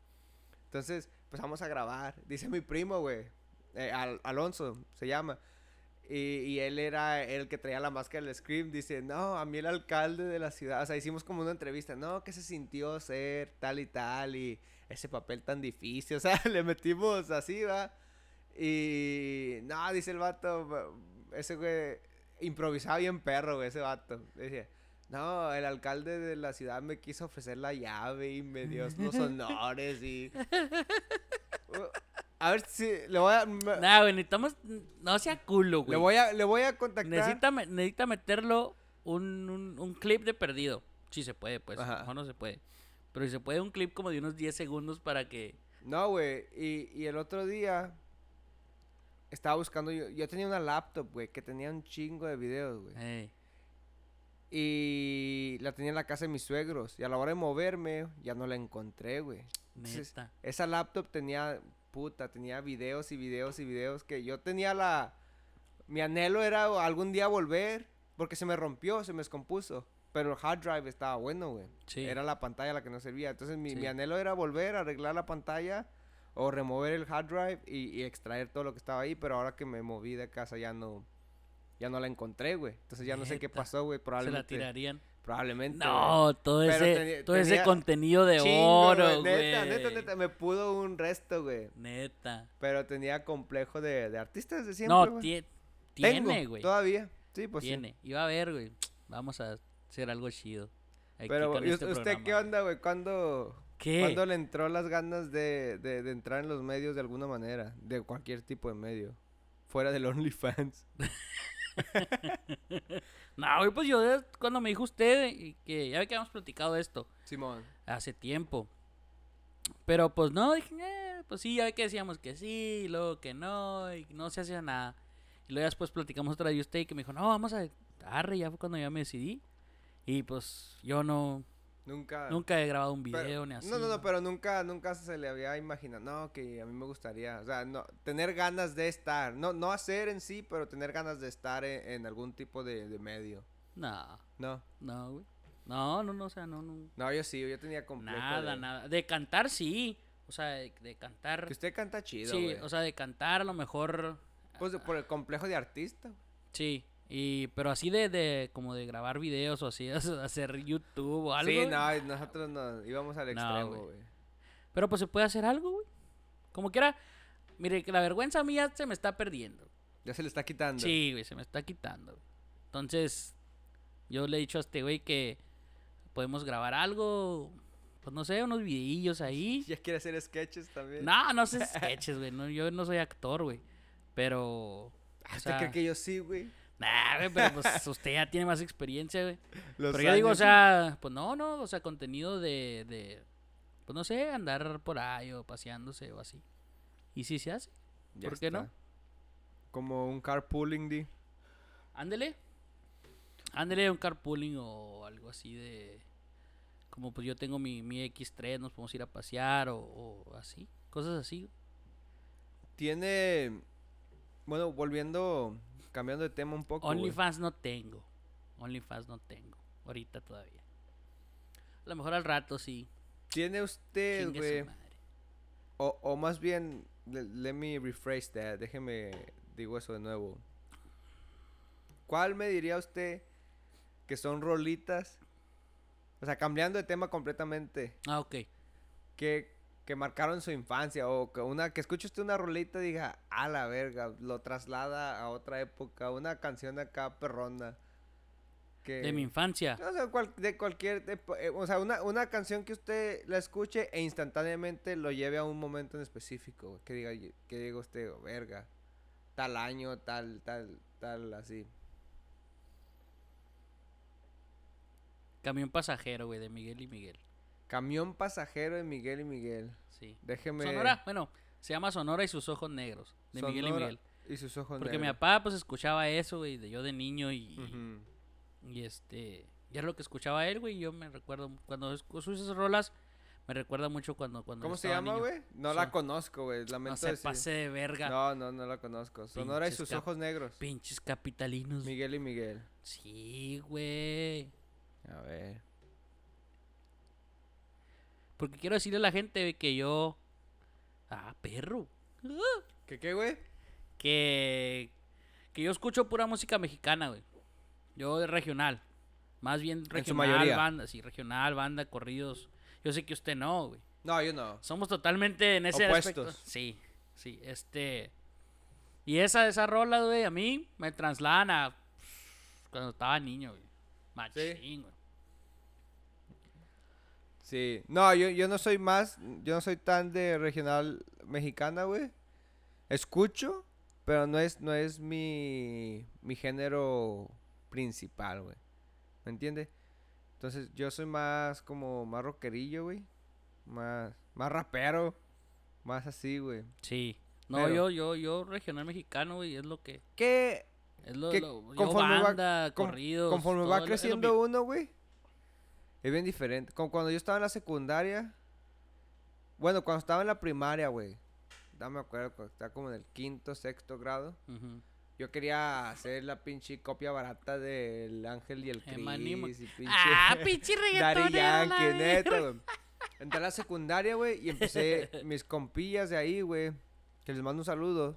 A: Entonces, empezamos a grabar. Dice mi primo, güey, eh, Al- Alonso se llama. Y, y él era el que traía la máscara del Scream. Dice, no, a mí el alcalde de la ciudad. O sea, hicimos como una entrevista. No, que se sintió ser tal y tal y ese papel tan difícil. O sea, [laughs] le metimos así, va. Y no, dice el vato, va- ese güey improvisaba bien perro, güey, ese vato. Decía, no, el alcalde de la ciudad me quiso ofrecer la llave y me dio
B: [laughs]
A: los honores y... [laughs] Uh, A ver si le voy a... me-
B: Nah, güey, necesitamos. No sea culo,
A: le
B: güey.
A: voy a, le voy a contactar.
B: Necesita, me- necesita meterlo un, un, un clip de perdido. Si se puede, pues.
A: Ajá.
B: A lo mejor no se puede. Pero si se puede, un clip como de unos 10 segundos para que.
A: No, güey. Y, y el otro día estaba buscando. Yo, yo tenía una laptop, güey, que tenía un chingo de videos, güey.
B: Ey.
A: Y la tenía en la casa de mis suegros. Y a la hora de moverme, ya no la encontré, güey. Entonces,
B: Neta.
A: Esa laptop tenía, puta, tenía videos y videos y videos que yo tenía la... Mi anhelo era algún día volver porque se me rompió, se me descompuso. Pero el hard drive estaba bueno, güey.
B: Sí.
A: Era la pantalla la que no servía. Entonces mi, mi
B: Sí.
A: anhelo era volver, arreglar la pantalla o remover el hard drive y, y extraer todo lo que estaba ahí. Pero ahora que me moví de casa ya no... Ya no la encontré, güey. Entonces ya no sé qué
B: Neta.
A: pasó, güey.
B: Se la
A: Probablemente.
B: tirarían.
A: Probablemente. güey.
B: No, todo
A: Pero
B: ese,
A: tenía-
B: todo ese
A: tenía
B: contenido de
A: Chingo,
B: oro, güey.
A: Neta, neta, neta, me pudo un resto, güey.
B: Neta.
A: Pero tenía complejo de, de artistas de siempre,
B: No,
A: güey.
B: tie-
A: Tengo,
B: tiene, güey.
A: Todavía. Sí, pues sí.
B: Tiene. Y va a haber, güey. Vamos a hacer algo chido. aquí
A: Pero,
B: con
A: ¿y
B: este
A: usted qué
B: programa.
A: onda, güey? ¿Cuándo,
B: ¿Qué?
A: cuándo le entró las ganas de, de- de entrar en los medios de alguna manera? De cualquier tipo de medio. Fuera del [laughs] OnlyFans.
B: No, güey, pues yo de- cuando me dijo usted y que ya ve que habíamos platicado de esto
A: Simón.
B: hace tiempo. Pero pues no, dije, "Eh, pues sí, ya ve que decíamos que sí, y luego que no, y no se hacía nada. Y luego ya después platicamos otra vez y usted y que me dijo, no, vamos a... Arre, ya fue cuando ya me decidí. Y pues yo no...
A: Nunca.
B: Nunca he grabado un video
A: Ah. pero-
B: ni así.
A: No, no, no, pero nunca, nunca se le había imaginado. No, que a mí me gustaría. O sea, no, tener ganas de estar. No, no hacer en sí, pero tener ganas de estar en, en algún tipo de, de medio.
B: No,
A: No.
B: no, güey. No, no, no, o sea, no, no.
A: No, yo sí, yo tenía complejo.
B: Nada,
A: de-
B: nada. De cantar sí. O sea, de, de cantar.
A: Que usted canta chido,
B: sí,
A: güey.
B: o ah, sea, de cantar a lo mejor.
A: Pues de- por el complejo de artista.
B: Sí. Y, pero así de, de como de grabar videos o así, [laughs] o sea, hacer YouTube o algo.
A: Sí,
B: güey.
A: no, y nosotros nos íbamos al
B: No,
A: extremo,
B: güey.
A: güey.
B: Pero pues se puede hacer algo, güey. Como quiera. Mire, que la vergüenza mía se me está perdiendo.
A: Ya se le está quitando.
B: Sí, güey, se me está quitando. güey. Entonces, yo le he dicho a este güey que podemos grabar algo, pues no sé, unos videillos ahí.
A: [laughs] Ya quiere hacer sketches también.
B: No, no
A: [laughs]
B: sé sketches, güey. no, yo no soy actor, güey. Pero. o
A: Ah, ¿Usted
B: sea,
A: cree que yo sí, güey?
B: Nah, güey, pero pues usted ya tiene más experiencia, güey.
A: Los
B: Pero yo digo, o
A: años-
B: sea, pues no, no, o sea, contenido de, de. Pues no sé, andar por ahí o paseándose o así. Y si se hace,
A: Ya
B: ¿por qué no?
A: está. Como un carpooling, di.
B: ándele. Ándele un carpooling o algo así de. Como pues yo tengo mi, mi X3, nos podemos ir a pasear o, o así. Cosas así.
A: Tiene. Bueno, volviendo. Cambiando de tema un poco. güey.
B: OnlyFans no tengo. OnlyFans no tengo. Ahorita todavía. A lo mejor al rato sí.
A: Tiene usted,
B: Chingue su
A: güey.
B: madre.
A: O, o más bien, le- let me rephrase that. Déjeme, digo eso de nuevo. ¿Cuál me diría usted que son rolitas? O sea, cambiando de tema completamente.
B: Ah, ok.
A: Que, que marcaron su infancia. O que una que escuche usted una rolita y diga, a la verga, lo traslada a otra época. Una canción acá perrona. Que...
B: De mi infancia.
A: O sea, cual- de cualquier... de po- eh, o sea, una, una canción que usted la escuche e instantáneamente lo lleve a un momento en específico. güey, Que diga, "Ye- que diga usted, "Oh, verga, tal año, tal, tal, tal, así.
B: Camión pasajero, güey, de Miguel y Miguel.
A: Camión pasajero de Miguel y Miguel.
B: Sí.
A: Déjeme...
B: Sonora, bueno, se llama Sonora y sus ojos negros, de Miguel y
A: Sonora
B: Miguel.
A: Y sus ojos
B: Porque mi
A: negros.
B: papá pues escuchaba eso, güey, de yo de niño y,
A: Ujú.
B: y este, ya lo que escuchaba él, güey, yo me recuerdo cuando escucho esas rolas me recuerda mucho cuando cuando
A: ¿Cómo se
B: estaba
A: llama,
B: niño.
A: güey? No la
B: Son-
A: conozco, güey.
B: No
A: Lamento
B: se
A: decir.
B: pase de verga.
A: No, no, no la conozco. Sonora y
B: Pinches
A: sus
B: cap-
A: ojos negros.
B: Pinches capitalinos.
A: Miguel y Miguel.
B: Sí, güey.
A: A ver.
B: Porque quiero decirle a la gente güey, que yo ah, perro.
A: ¿Qué qué, güey?
B: que, que yo escucho pura música mexicana, güey. Yo de regional. Más bien
A: su
B: regional,
A: mayoría.
B: banda, sí, regional, banda, corridos. Yo sé que usted no, güey.
A: No, yo no.
B: Somos totalmente en ese
A: Opuestos.
B: aspecto. Sí, sí, este. Y esa, esa rola, güey, a mí me trasladan a cuando estaba niño, güey. Machín, güey.
A: Sí, no, yo, yo no soy más, yo no soy tan de regional mexicana, güey. Escucho, pero no es, no es mi, mi género principal, güey. ¿Me entiendes? Entonces, yo soy más como, más rockerillo, güey. Más, más rapero. Más así, güey.
B: Sí. No,
A: Pero-
B: yo, yo, yo regional mexicano, güey, es lo que,
A: Que
B: es lo,
A: Que
B: lo- yo
A: conforme va-
B: banda,
A: con-
B: corridos,
A: conforme
B: todo
A: va
B: lo- es lo
A: creciendo
B: mío.
A: uno, güey, es bien diferente. Como cuando yo estaba en la secundaria, bueno, cuando estaba en la primaria, güey, no me acuerdo, cuando estaba como en el quinto, sexto grado,
B: Ujú.
A: yo quería hacer la pinche copia barata del Ángel y el
B: Eh, me animo.
A: Cris y pinche
B: Ah, pinche
A: [laughs] Daddy
B: reggaetonero. la
A: Yankee,
B: verga.
A: neta, güey. [laughs] Entré a la secundaria, güey, y empecé mis compillas de ahí, güey, que les mando un saludo.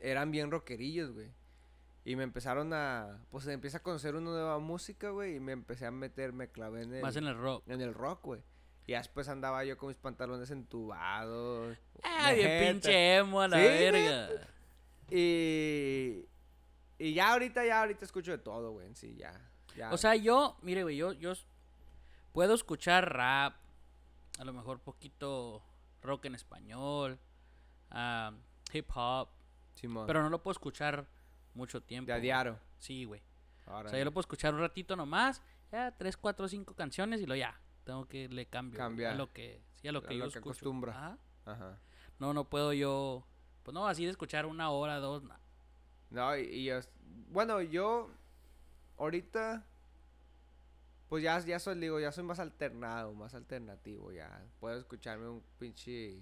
A: Eran bien rockerillos, güey. Y me empezaron a, pues empieza a conocer una nueva música, güey, y me empecé a meter, me clavé en el,
B: Más en el rock.
A: en el rock, güey. Y ya después andaba yo con mis pantalones entubados.
B: Ah, bien
A: neta.
B: pinche emo a la
A: Sí,
B: verga.
A: Y, y ya ahorita, ya ahorita escucho de todo, güey, en sí, ya. ya.
B: O sea, yo, mire, güey, yo, yo s- puedo escuchar rap, a lo mejor poquito rock en español, ah, hip hop,
A: Simón,
B: pero no lo puedo escuchar mucho tiempo.
A: Ah. de a
B: güey.
A: diario.
B: Sí, güey. O sea,
A: Órale.
B: yo lo puedo escuchar un ratito nomás, ya tres, cuatro, cinco canciones y lo ya. Tengo que le cambio güey,
A: Cambiar.
B: a lo que, sí, a lo
A: A
B: que
A: lo
B: yo
A: que
B: escucho.
A: acostumbra.
B: Ajá.
A: Ajá.
B: No, no puedo yo. Pues no, así de escuchar una hora, dos. na-
A: No, y, y yo- bueno, yo ahorita pues ya, ya soy, digo, ya soy más alternado, más alternativo, ya. Puedo escucharme un pinche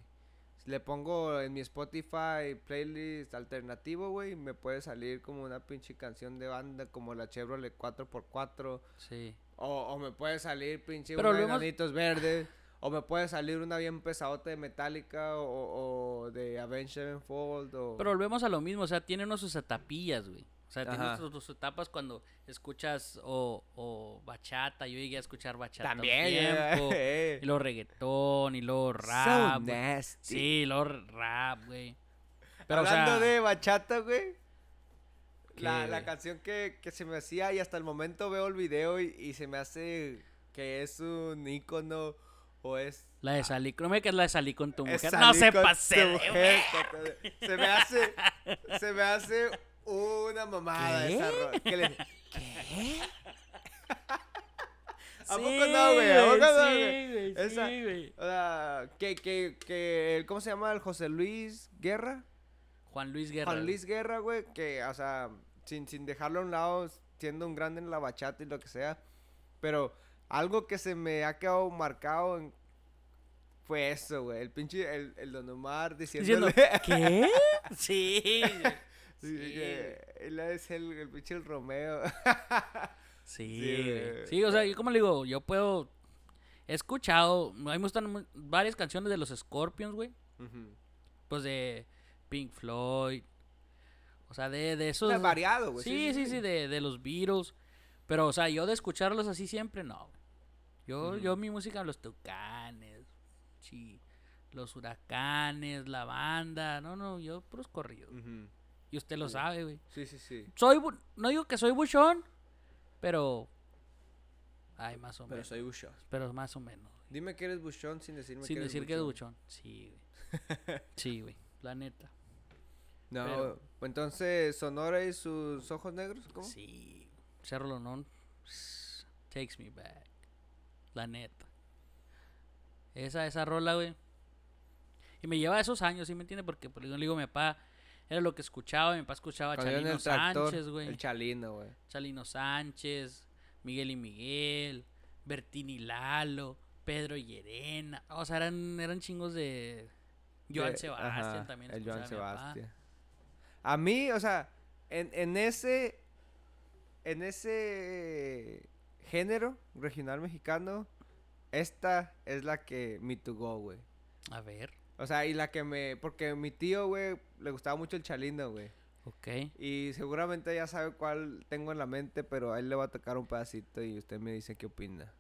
A: le pongo en mi Spotify playlist alternativo, güey, y me puede salir como una pinche canción de banda como la Chevrolet 4x4
B: Sí.
A: o, o me puede salir pinche
B: Pero
A: una de
B: lo hemos-
A: Enanitos verdes o me puede salir una bien pesadota de Metallica o, o de Avenged Sevenfold o
B: Pero volvemos a lo mismo, o sea, tiene uno sus etapillas, güey. O sea,
A: Ajá.
B: tiene sus, sus etapas cuando escuchas o, o bachata, yo llegué a escuchar bachata un
A: también ya-
B: tiempo,
A: [laughs] eh.
B: y luego reggaetón, y luego rap. güey.
A: nasty.
B: sí, y luego rap, güey. Pero, o
A: Hablando
B: sea,
A: de bachata, güey. La, la
B: ¿Qué, güey?
A: canción que, que se me hacía y hasta el momento veo el video y, y se me hace que es un ícono o es...
B: La de salí, créeme que es la de salí con tu
A: es
B: mujer. No
A: salir
B: se
A: con
B: pase,
A: tu
B: de
A: mujer,
B: ver-
A: con tu- Se me hace... Se me hace una mamada
B: ¿Qué?
A: esa rola. ¿Qué? le- [laughs] ¿A
B: Sí,
A: poco no, güey? ¿A poco no, güey?
B: sí, güey,
A: Esa-
B: sí, güey.
A: O sea, que, que, que... ¿Cómo se llama el José Luis Guerra?
B: Juan Luis Guerra.
A: Juan
B: güey.
A: Luis Guerra, güey, que, o sea, sin, sin dejarlo a un lado, siendo un grande en la bachata y lo que sea, pero algo que se me ha quedado marcado en- fue eso, güey, el pinche, el, el Don Omar
B: Diciendo,
A: diciéndole... [laughs]
B: ¿qué? Sí, güey.
A: [laughs] Sí, que él es el, el pinche el Romeo.
B: Sí,
A: Sí,
B: güey.
A: güey.
B: Sí, o sea, yo como le digo, yo puedo. He escuchado, a mí me gustan mu- varias canciones de los Scorpions, güey.
A: Ujú.
B: Pues de Pink Floyd. O sea, de, de esos.
A: Es variado, güey.
B: sí, sí, sí, de, de los Beatles. Pero, o sea, yo de escucharlos así siempre, no. Yo,
A: Ujú.
B: yo mi música, los tucanes, sí, los huracanes, la banda. No, no, yo puros corridos.
A: Ujú.
B: Y usted lo
A: Sí.
B: sabe, güey.
A: Sí, sí, sí.
B: Soy, bu- no digo que soy buchón, pero. Ay, más o
A: Pero
B: menos.
A: soy buchón.
B: Pero más o menos. güey.
A: Dime que eres buchón sin decirme
B: Sin
A: que eres
B: decir que es buchón. Sí, güey.
A: [laughs]
B: Sí, güey. La neta.
A: No,
B: pero-
A: entonces, ¿Sonora y sus ojos negros? ¿Cómo?
B: Sí. Cerro Lonón. pss, Takes me back. La neta. Esa, esa rola, güey. Y me lleva esos años, ¿sí me entiende? Porque, por ejemplo, digo, mi papá era lo que escuchaba. Mi papá escuchaba a
A: Cuando iba en
B: Chalino
A: el tractor,
B: Sánchez, güey.
A: El Chalino, güey.
B: Chalino Sánchez, Miguel y Miguel, Bertini Lalo, Pedro y Yerena. O sea, eran, eran chingos de. Joan
A: De-
B: Sebastián
A: Eh, ajá,
B: también.
A: El Joan
B: escuchaba mi papá.
A: Sebastián. A mí, o sea, en, en ese. En ese género regional mexicano, esta es la que me to go, güey.
B: A ver,
A: O sea, y la que me. Porque mi tío, güey, le gustaba mucho el chalino, güey.
B: ok.
A: Y seguramente ya sabe cuál tengo en la mente, pero a él le va a tocar un pedacito y usted me dice qué opina.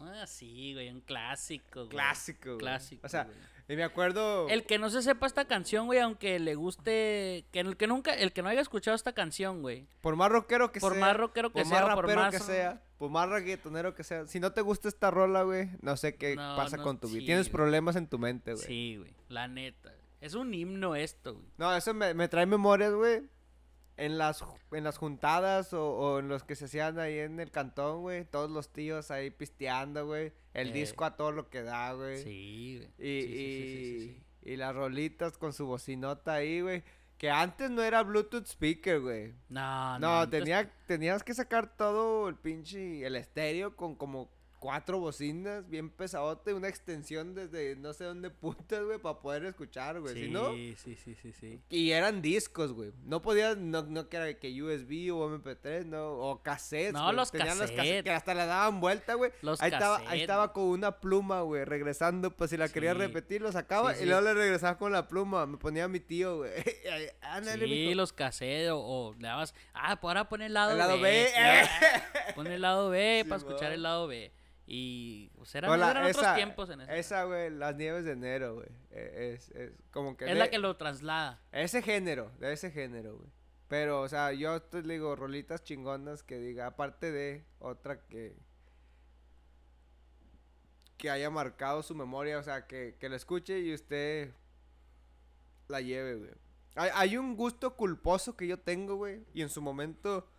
B: Ah, sí, güey, un clásico. güey.
A: Clásico, güey.
B: Clásico.
A: O sea, oh.
B: güey.
A: y me acuerdo.
B: el que no se sepa esta canción, güey, aunque le guste. Que el que nunca. El que no haya escuchado esta canción, güey.
A: Por más rockero que
B: Por
A: sea.
B: más rockero que
A: por
B: sea,
A: más
B: por
A: rapero
B: más.
A: que sea, por más reggaetonero que sea, si no te gusta esta rola, güey, no sé qué
B: No,
A: pasa
B: no,
A: con tu vida.
B: sí,
A: Tienes
B: güey.
A: problemas en tu mente, güey.
B: Sí, güey, la neta. Es un himno esto, güey.
A: No, eso me, me trae memorias, güey. En las, ju- en las juntadas o, o en los que se hacían ahí en el cantón, güey. Todos los tíos ahí pisteando, güey. El
B: Eh.
A: disco a todo lo que da, güey.
B: Sí, güey.
A: Y,
B: Sí, sí, sí, sí, sí, sí.
A: y- y las rolitas con su bocinota ahí, güey. Que antes no era Bluetooth speaker, güey.
B: No,
A: No,
B: antes-
A: tenía, tenías que sacar todo el pinche, el estéreo con como cuatro bocinas, bien pesadote, una extensión desde no sé dónde putas, güey, para poder escuchar, güey. Si no,
B: Sí, sí, sí, sí, sí.
A: y eran discos, güey. No podías, no, no que era que USB o MP3, no, o cassettes.
B: No,
A: güey.
B: los
A: Tenían los cassettes
B: cassettes.
A: que hasta la daban vuelta, güey.
B: Los
A: ahí estaba, ahí
B: cassettes,
A: estaba con una pluma, güey, regresando, pues si la quería
B: Sí.
A: repetir, lo sacaba
B: Sí,
A: y
B: sí.
A: luego le regresaba con la pluma. Me ponía mi tío, güey. [laughs] Y ahí, Ándale,
B: Sí,
A: mijo.
B: los cassettes o, o le dabas, ah, pues ahora pon el lado,
A: Al lado
B: B.
A: B. [laughs]
B: ya. Pon el lado B para
A: Simón.
B: escuchar el lado B. Y pues eran,
A: Hola,
B: eran otros
A: esa-
B: tiempos en ese
A: Esa, güey, las nieves de enero, güey. Eh, Es, es como que.
B: Es la
A: de-
B: que lo traslada.
A: Ese género, de ese género, güey. Pero, o sea, yo te digo, rolitas chingonas que diga, aparte de otra que. que haya marcado su memoria, o sea, que, que la escuche y usted la lleve, güey. Hay, hay un gusto culposo que yo tengo, güey, y en su momento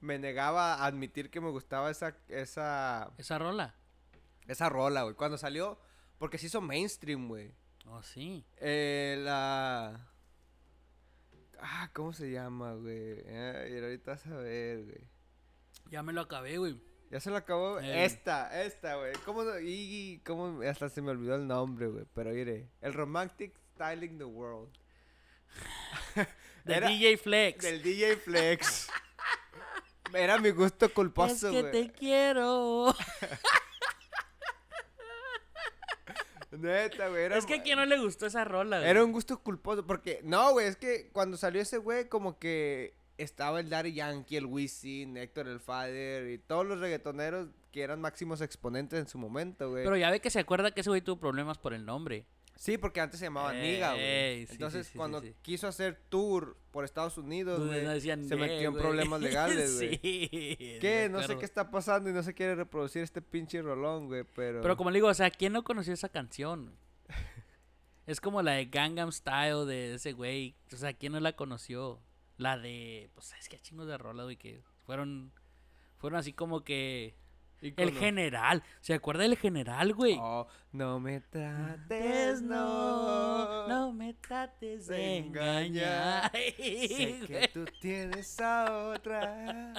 A: me negaba a admitir que me gustaba esa, esa,
B: Esa rola.
A: esa rola, güey. Cuando salió, porque se hizo mainstream, güey.
B: Oh, sí.
A: Eh, la. Ah, ¿cómo se llama, güey? Eh, y ahorita vas a ver, güey.
B: Ya me lo acabé, güey.
A: Ya se lo acabó.
B: Eh.
A: Esta, esta, güey. ¿Cómo no? Y, ¿cómo? Hasta se me olvidó el nombre, güey. Pero mire, el Romantic Styling the
B: [laughs]
A: World.
B: De
A: Era
B: DJ Flex.
A: Del DJ Flex. Era mi gusto
B: es
A: culposo,
B: que
A: güey.
B: te quiero.
A: Neta, güey. [laughs] era-
B: es que a quien no le gustó esa rola, güey.
A: Era un gusto culposo, porque, no, güey, es que cuando salió ese güey, como que estaba el Daddy Yankee, el Wisin, Héctor el Father y todos los reggaetoneros que eran máximos exponentes en su momento, güey.
B: Pero ya ve que se acuerda que ese güey tuvo problemas por el nombre.
A: Sí, porque antes se llamaba
B: Ey,
A: Niga, güey.
B: sí, sí,
A: Entonces,
B: sí, sí,
A: cuando
B: sí.
A: quiso hacer tour por Estados Unidos,
B: Entonces
A: güey,
B: no decían,
A: se
B: "Nee,
A: metió en
B: güey". [laughs]
A: problemas legales, güey.
B: sí.
A: ¿Qué?
B: de
A: No sé
B: acuerdo.
A: qué está pasando y no se quiere reproducir este pinche rolón, güey, pero...
B: Pero como le digo, o sea, ¿quién no conoció esa canción? [laughs] es como la de Gangnam Style de ese güey. O sea, ¿quién no la conoció? La de, pues, es que chingos de rola, güey, que fueron, fueron así como que... El
A: Ícono.
B: general, ¿se acuerda del general, güey?
A: Oh, no me
B: Trates
A: trates,
B: no, no me trates de
A: de
B: engañar. [laughs]
A: engañar. Sé que tú tienes a otra.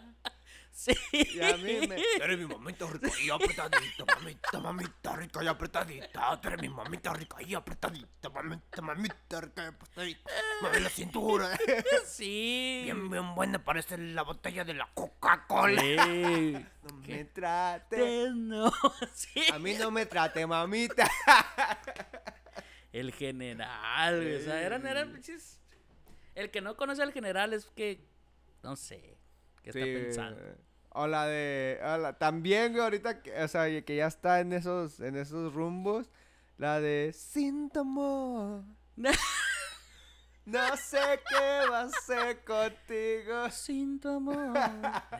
B: Sí.
A: Y a mí me...
C: Tú eres mi mamita rica y apretadita, mamita, mamita rica y apretadita. Tú eres mi mamita rica y apretadita, mamita, mamita rica y apretadita. Mueve la cintura.
B: [laughs] Sí.
C: Bien, bien buena, parece la botella de la Coca-Cola.
B: Sí.
A: No me trate.
B: Te- No, [laughs] sí.
A: A mí no me trate, mamita.
B: El general, güey, O sea, eran, eran pinches- El que no conoce al general es que. No sé. ¿Qué está
A: Sí,
B: pensando?
A: güey. O la de. o la- también, güey, ahorita, que- o sea, que ya está en esos, en esos rumbos. La de síntoma. No sé qué va a hacer contigo.
B: Sin tu
A: [laughs]
B: amor.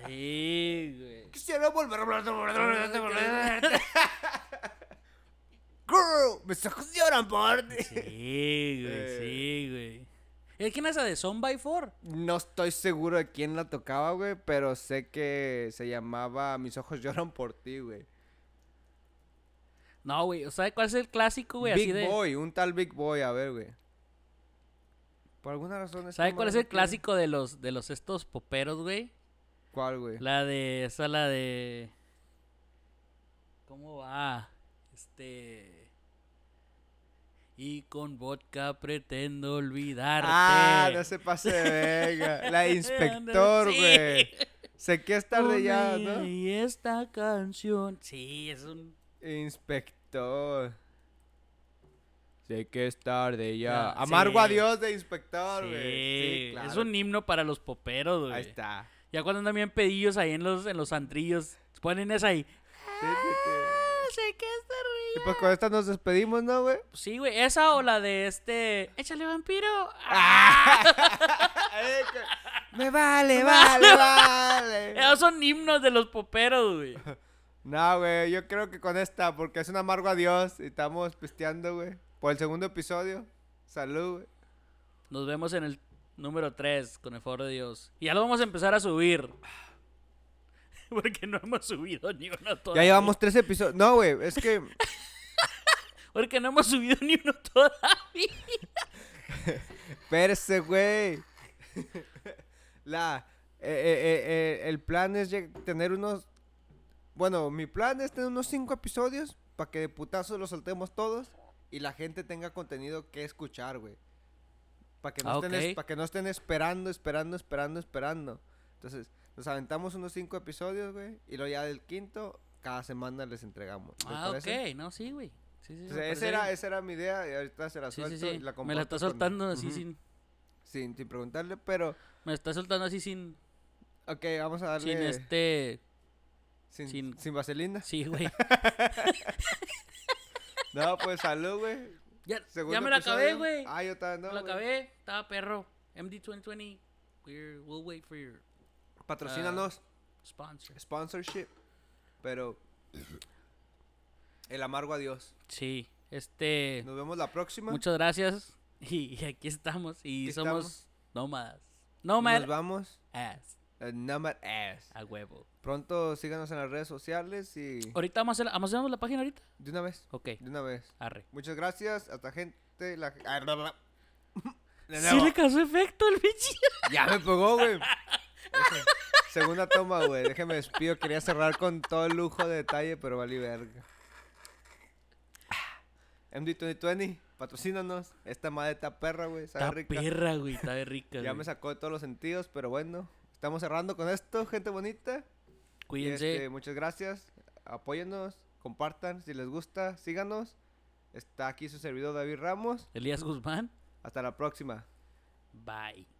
B: Sí, güey.
C: Quisiera volver a hablar.
A: Girl, mis ojos lloran por ti.
B: Sí, güey.
A: Eh.
B: Sí, güey. ¿Es quién es esa de Son by Four?
A: No estoy seguro de quién la tocaba, güey, pero sé que se llamaba Mis ojos lloran por ti, güey.
B: No, güey. O sea, ¿cuál es el clásico, güey? Así
A: Big
B: de.
A: Boy, un tal Big Boy, a ver, güey. Por alguna razón esta
B: ¿Sabes
A: Este madre
B: cuál es el
A: no quiere-
B: clásico de los de los estos poperos, güey?
A: ¿Cuál, güey?
B: La de esa la de ¿Cómo va? Este y con vodka pretendo olvidarte.
A: Ah, no se pase de
B: [laughs]
A: verga. La de inspector,
B: Sí.
A: güey. Sé que es tarde ya,
B: Ponme
A: ¿no?
B: ahí esta canción. Sí, es un
A: Inspector. Sé que es tarde ya.
B: Ah,
A: Amargo
B: sí.
A: adiós de inspector,
B: sí,
A: güey. Sí, claro.
B: es un himno para los poperos, güey.
A: Ahí está.
B: Ya cuando andan bien pedillos ahí en los en los antrillos, ponen esa ahí.
A: Sí, sí, sí.
B: "Ah, sé que es terrible".
A: Y pues con esta nos despedimos, ¿no, güey?
B: Sí, güey, esa o la de este. Échale vampiro.
A: Ah. Eh, que- Me [laughs] vale, vale, vale.
B: [laughs] Esos son himnos de los poperos, güey.
A: No, güey, yo creo que con esta, porque es un amargo adiós y estamos pisteando, güey. Por el segundo episodio. Salud, güey.
B: Nos vemos en el número 3, con el favor de Dios. Y ya lo vamos a empezar a subir. [laughs] Porque no hemos subido ni uno
A: Ya
B: todavía.
A: llevamos tres episodios. No, güey, es que
B: Porque no hemos subido ni uno todavía.
A: Espérese, güey. [laughs] La. eh, eh, eh, eh, el plan es lleg- tener unos. Bueno, mi plan es tener unos cinco episodios para que de putazo los soltemos todos y la gente tenga contenido que escuchar, güey. Para que, no
B: Ah,
A: estén es-
B: ok.
A: pa' que no estén esperando, esperando, esperando, esperando. Entonces, nos aventamos unos cinco episodios, güey. Y luego ya del quinto, cada semana les entregamos. ¿Les
B: Ah,
A: parece?
B: ok, no, sí, güey. Sí, sí, me
A: O sea,
B: parece
A: esa, era,
B: bien.
A: esa era mi idea y ahorita se la
B: Sí,
A: suelto
B: sí, sí.
A: y la
B: Me la está
A: comparto con-
B: soltando así
A: Ujú.
B: sin.
A: Sin, sin preguntarle, pero.
B: Me la está soltando así sin.
A: Ok, vamos a darle.
B: Sin este.
A: sin,
B: sin-
A: sin vaselina.
B: Sí,
A: [laughs]
B: güey.
A: No, pues salud,
B: [laughs]
A: güey.
B: Ya,
A: Segundo
B: ya me la acabé,
A: episodio.
B: güey.
A: Ah, yo también, no.
B: Lo
A: güey.
B: acabé, estaba perro. MD2020, we're, we'll wait for your
A: Patrocínanos.
B: Ah. sponsor.
A: Sponsorship. Pero. El amargo adiós.
B: Sí, este,
A: Nos vemos la próxima.
B: muchas gracias. [laughs] Y, y aquí estamos. Y
A: Aquí
B: somos
A: estamos.
B: nómadas.
A: Nos
B: Nómadas.
A: vamos.
B: Ass.
A: eh, Number ass.
B: A huevo.
A: Pronto síganos en las redes sociales y.
B: Ahorita vamos a hacer, vamos a hacer la página ahorita.
A: De una vez.
B: Ok,
A: De una vez.
B: arre.
A: Muchas gracias. Hasta gente. La... ah, bla, bla, bla. [laughs] De
B: Sí
A: nuevo.
B: le causó efecto el bicho.
A: Ya me pegó, güey. Deje- Segunda toma, güey. Déjeme despido. Quería cerrar con todo el lujo de detalle, pero vale verga. MD2020, patrocínanos. Esta madre está perra, güey. Está
B: Está
A: rica.
B: perra, güey. Está de rica.
A: Ya
B: güey.
A: me sacó de todos los sentidos, pero bueno. Estamos cerrando con esto, gente bonita. Y,
B: Cuídense.
A: este, muchas gracias. Apóyennos, compartan si les gusta, síganos. Está aquí su servidor David Ramos.
B: Elías Guzmán.
A: Hasta la próxima.
B: Bye.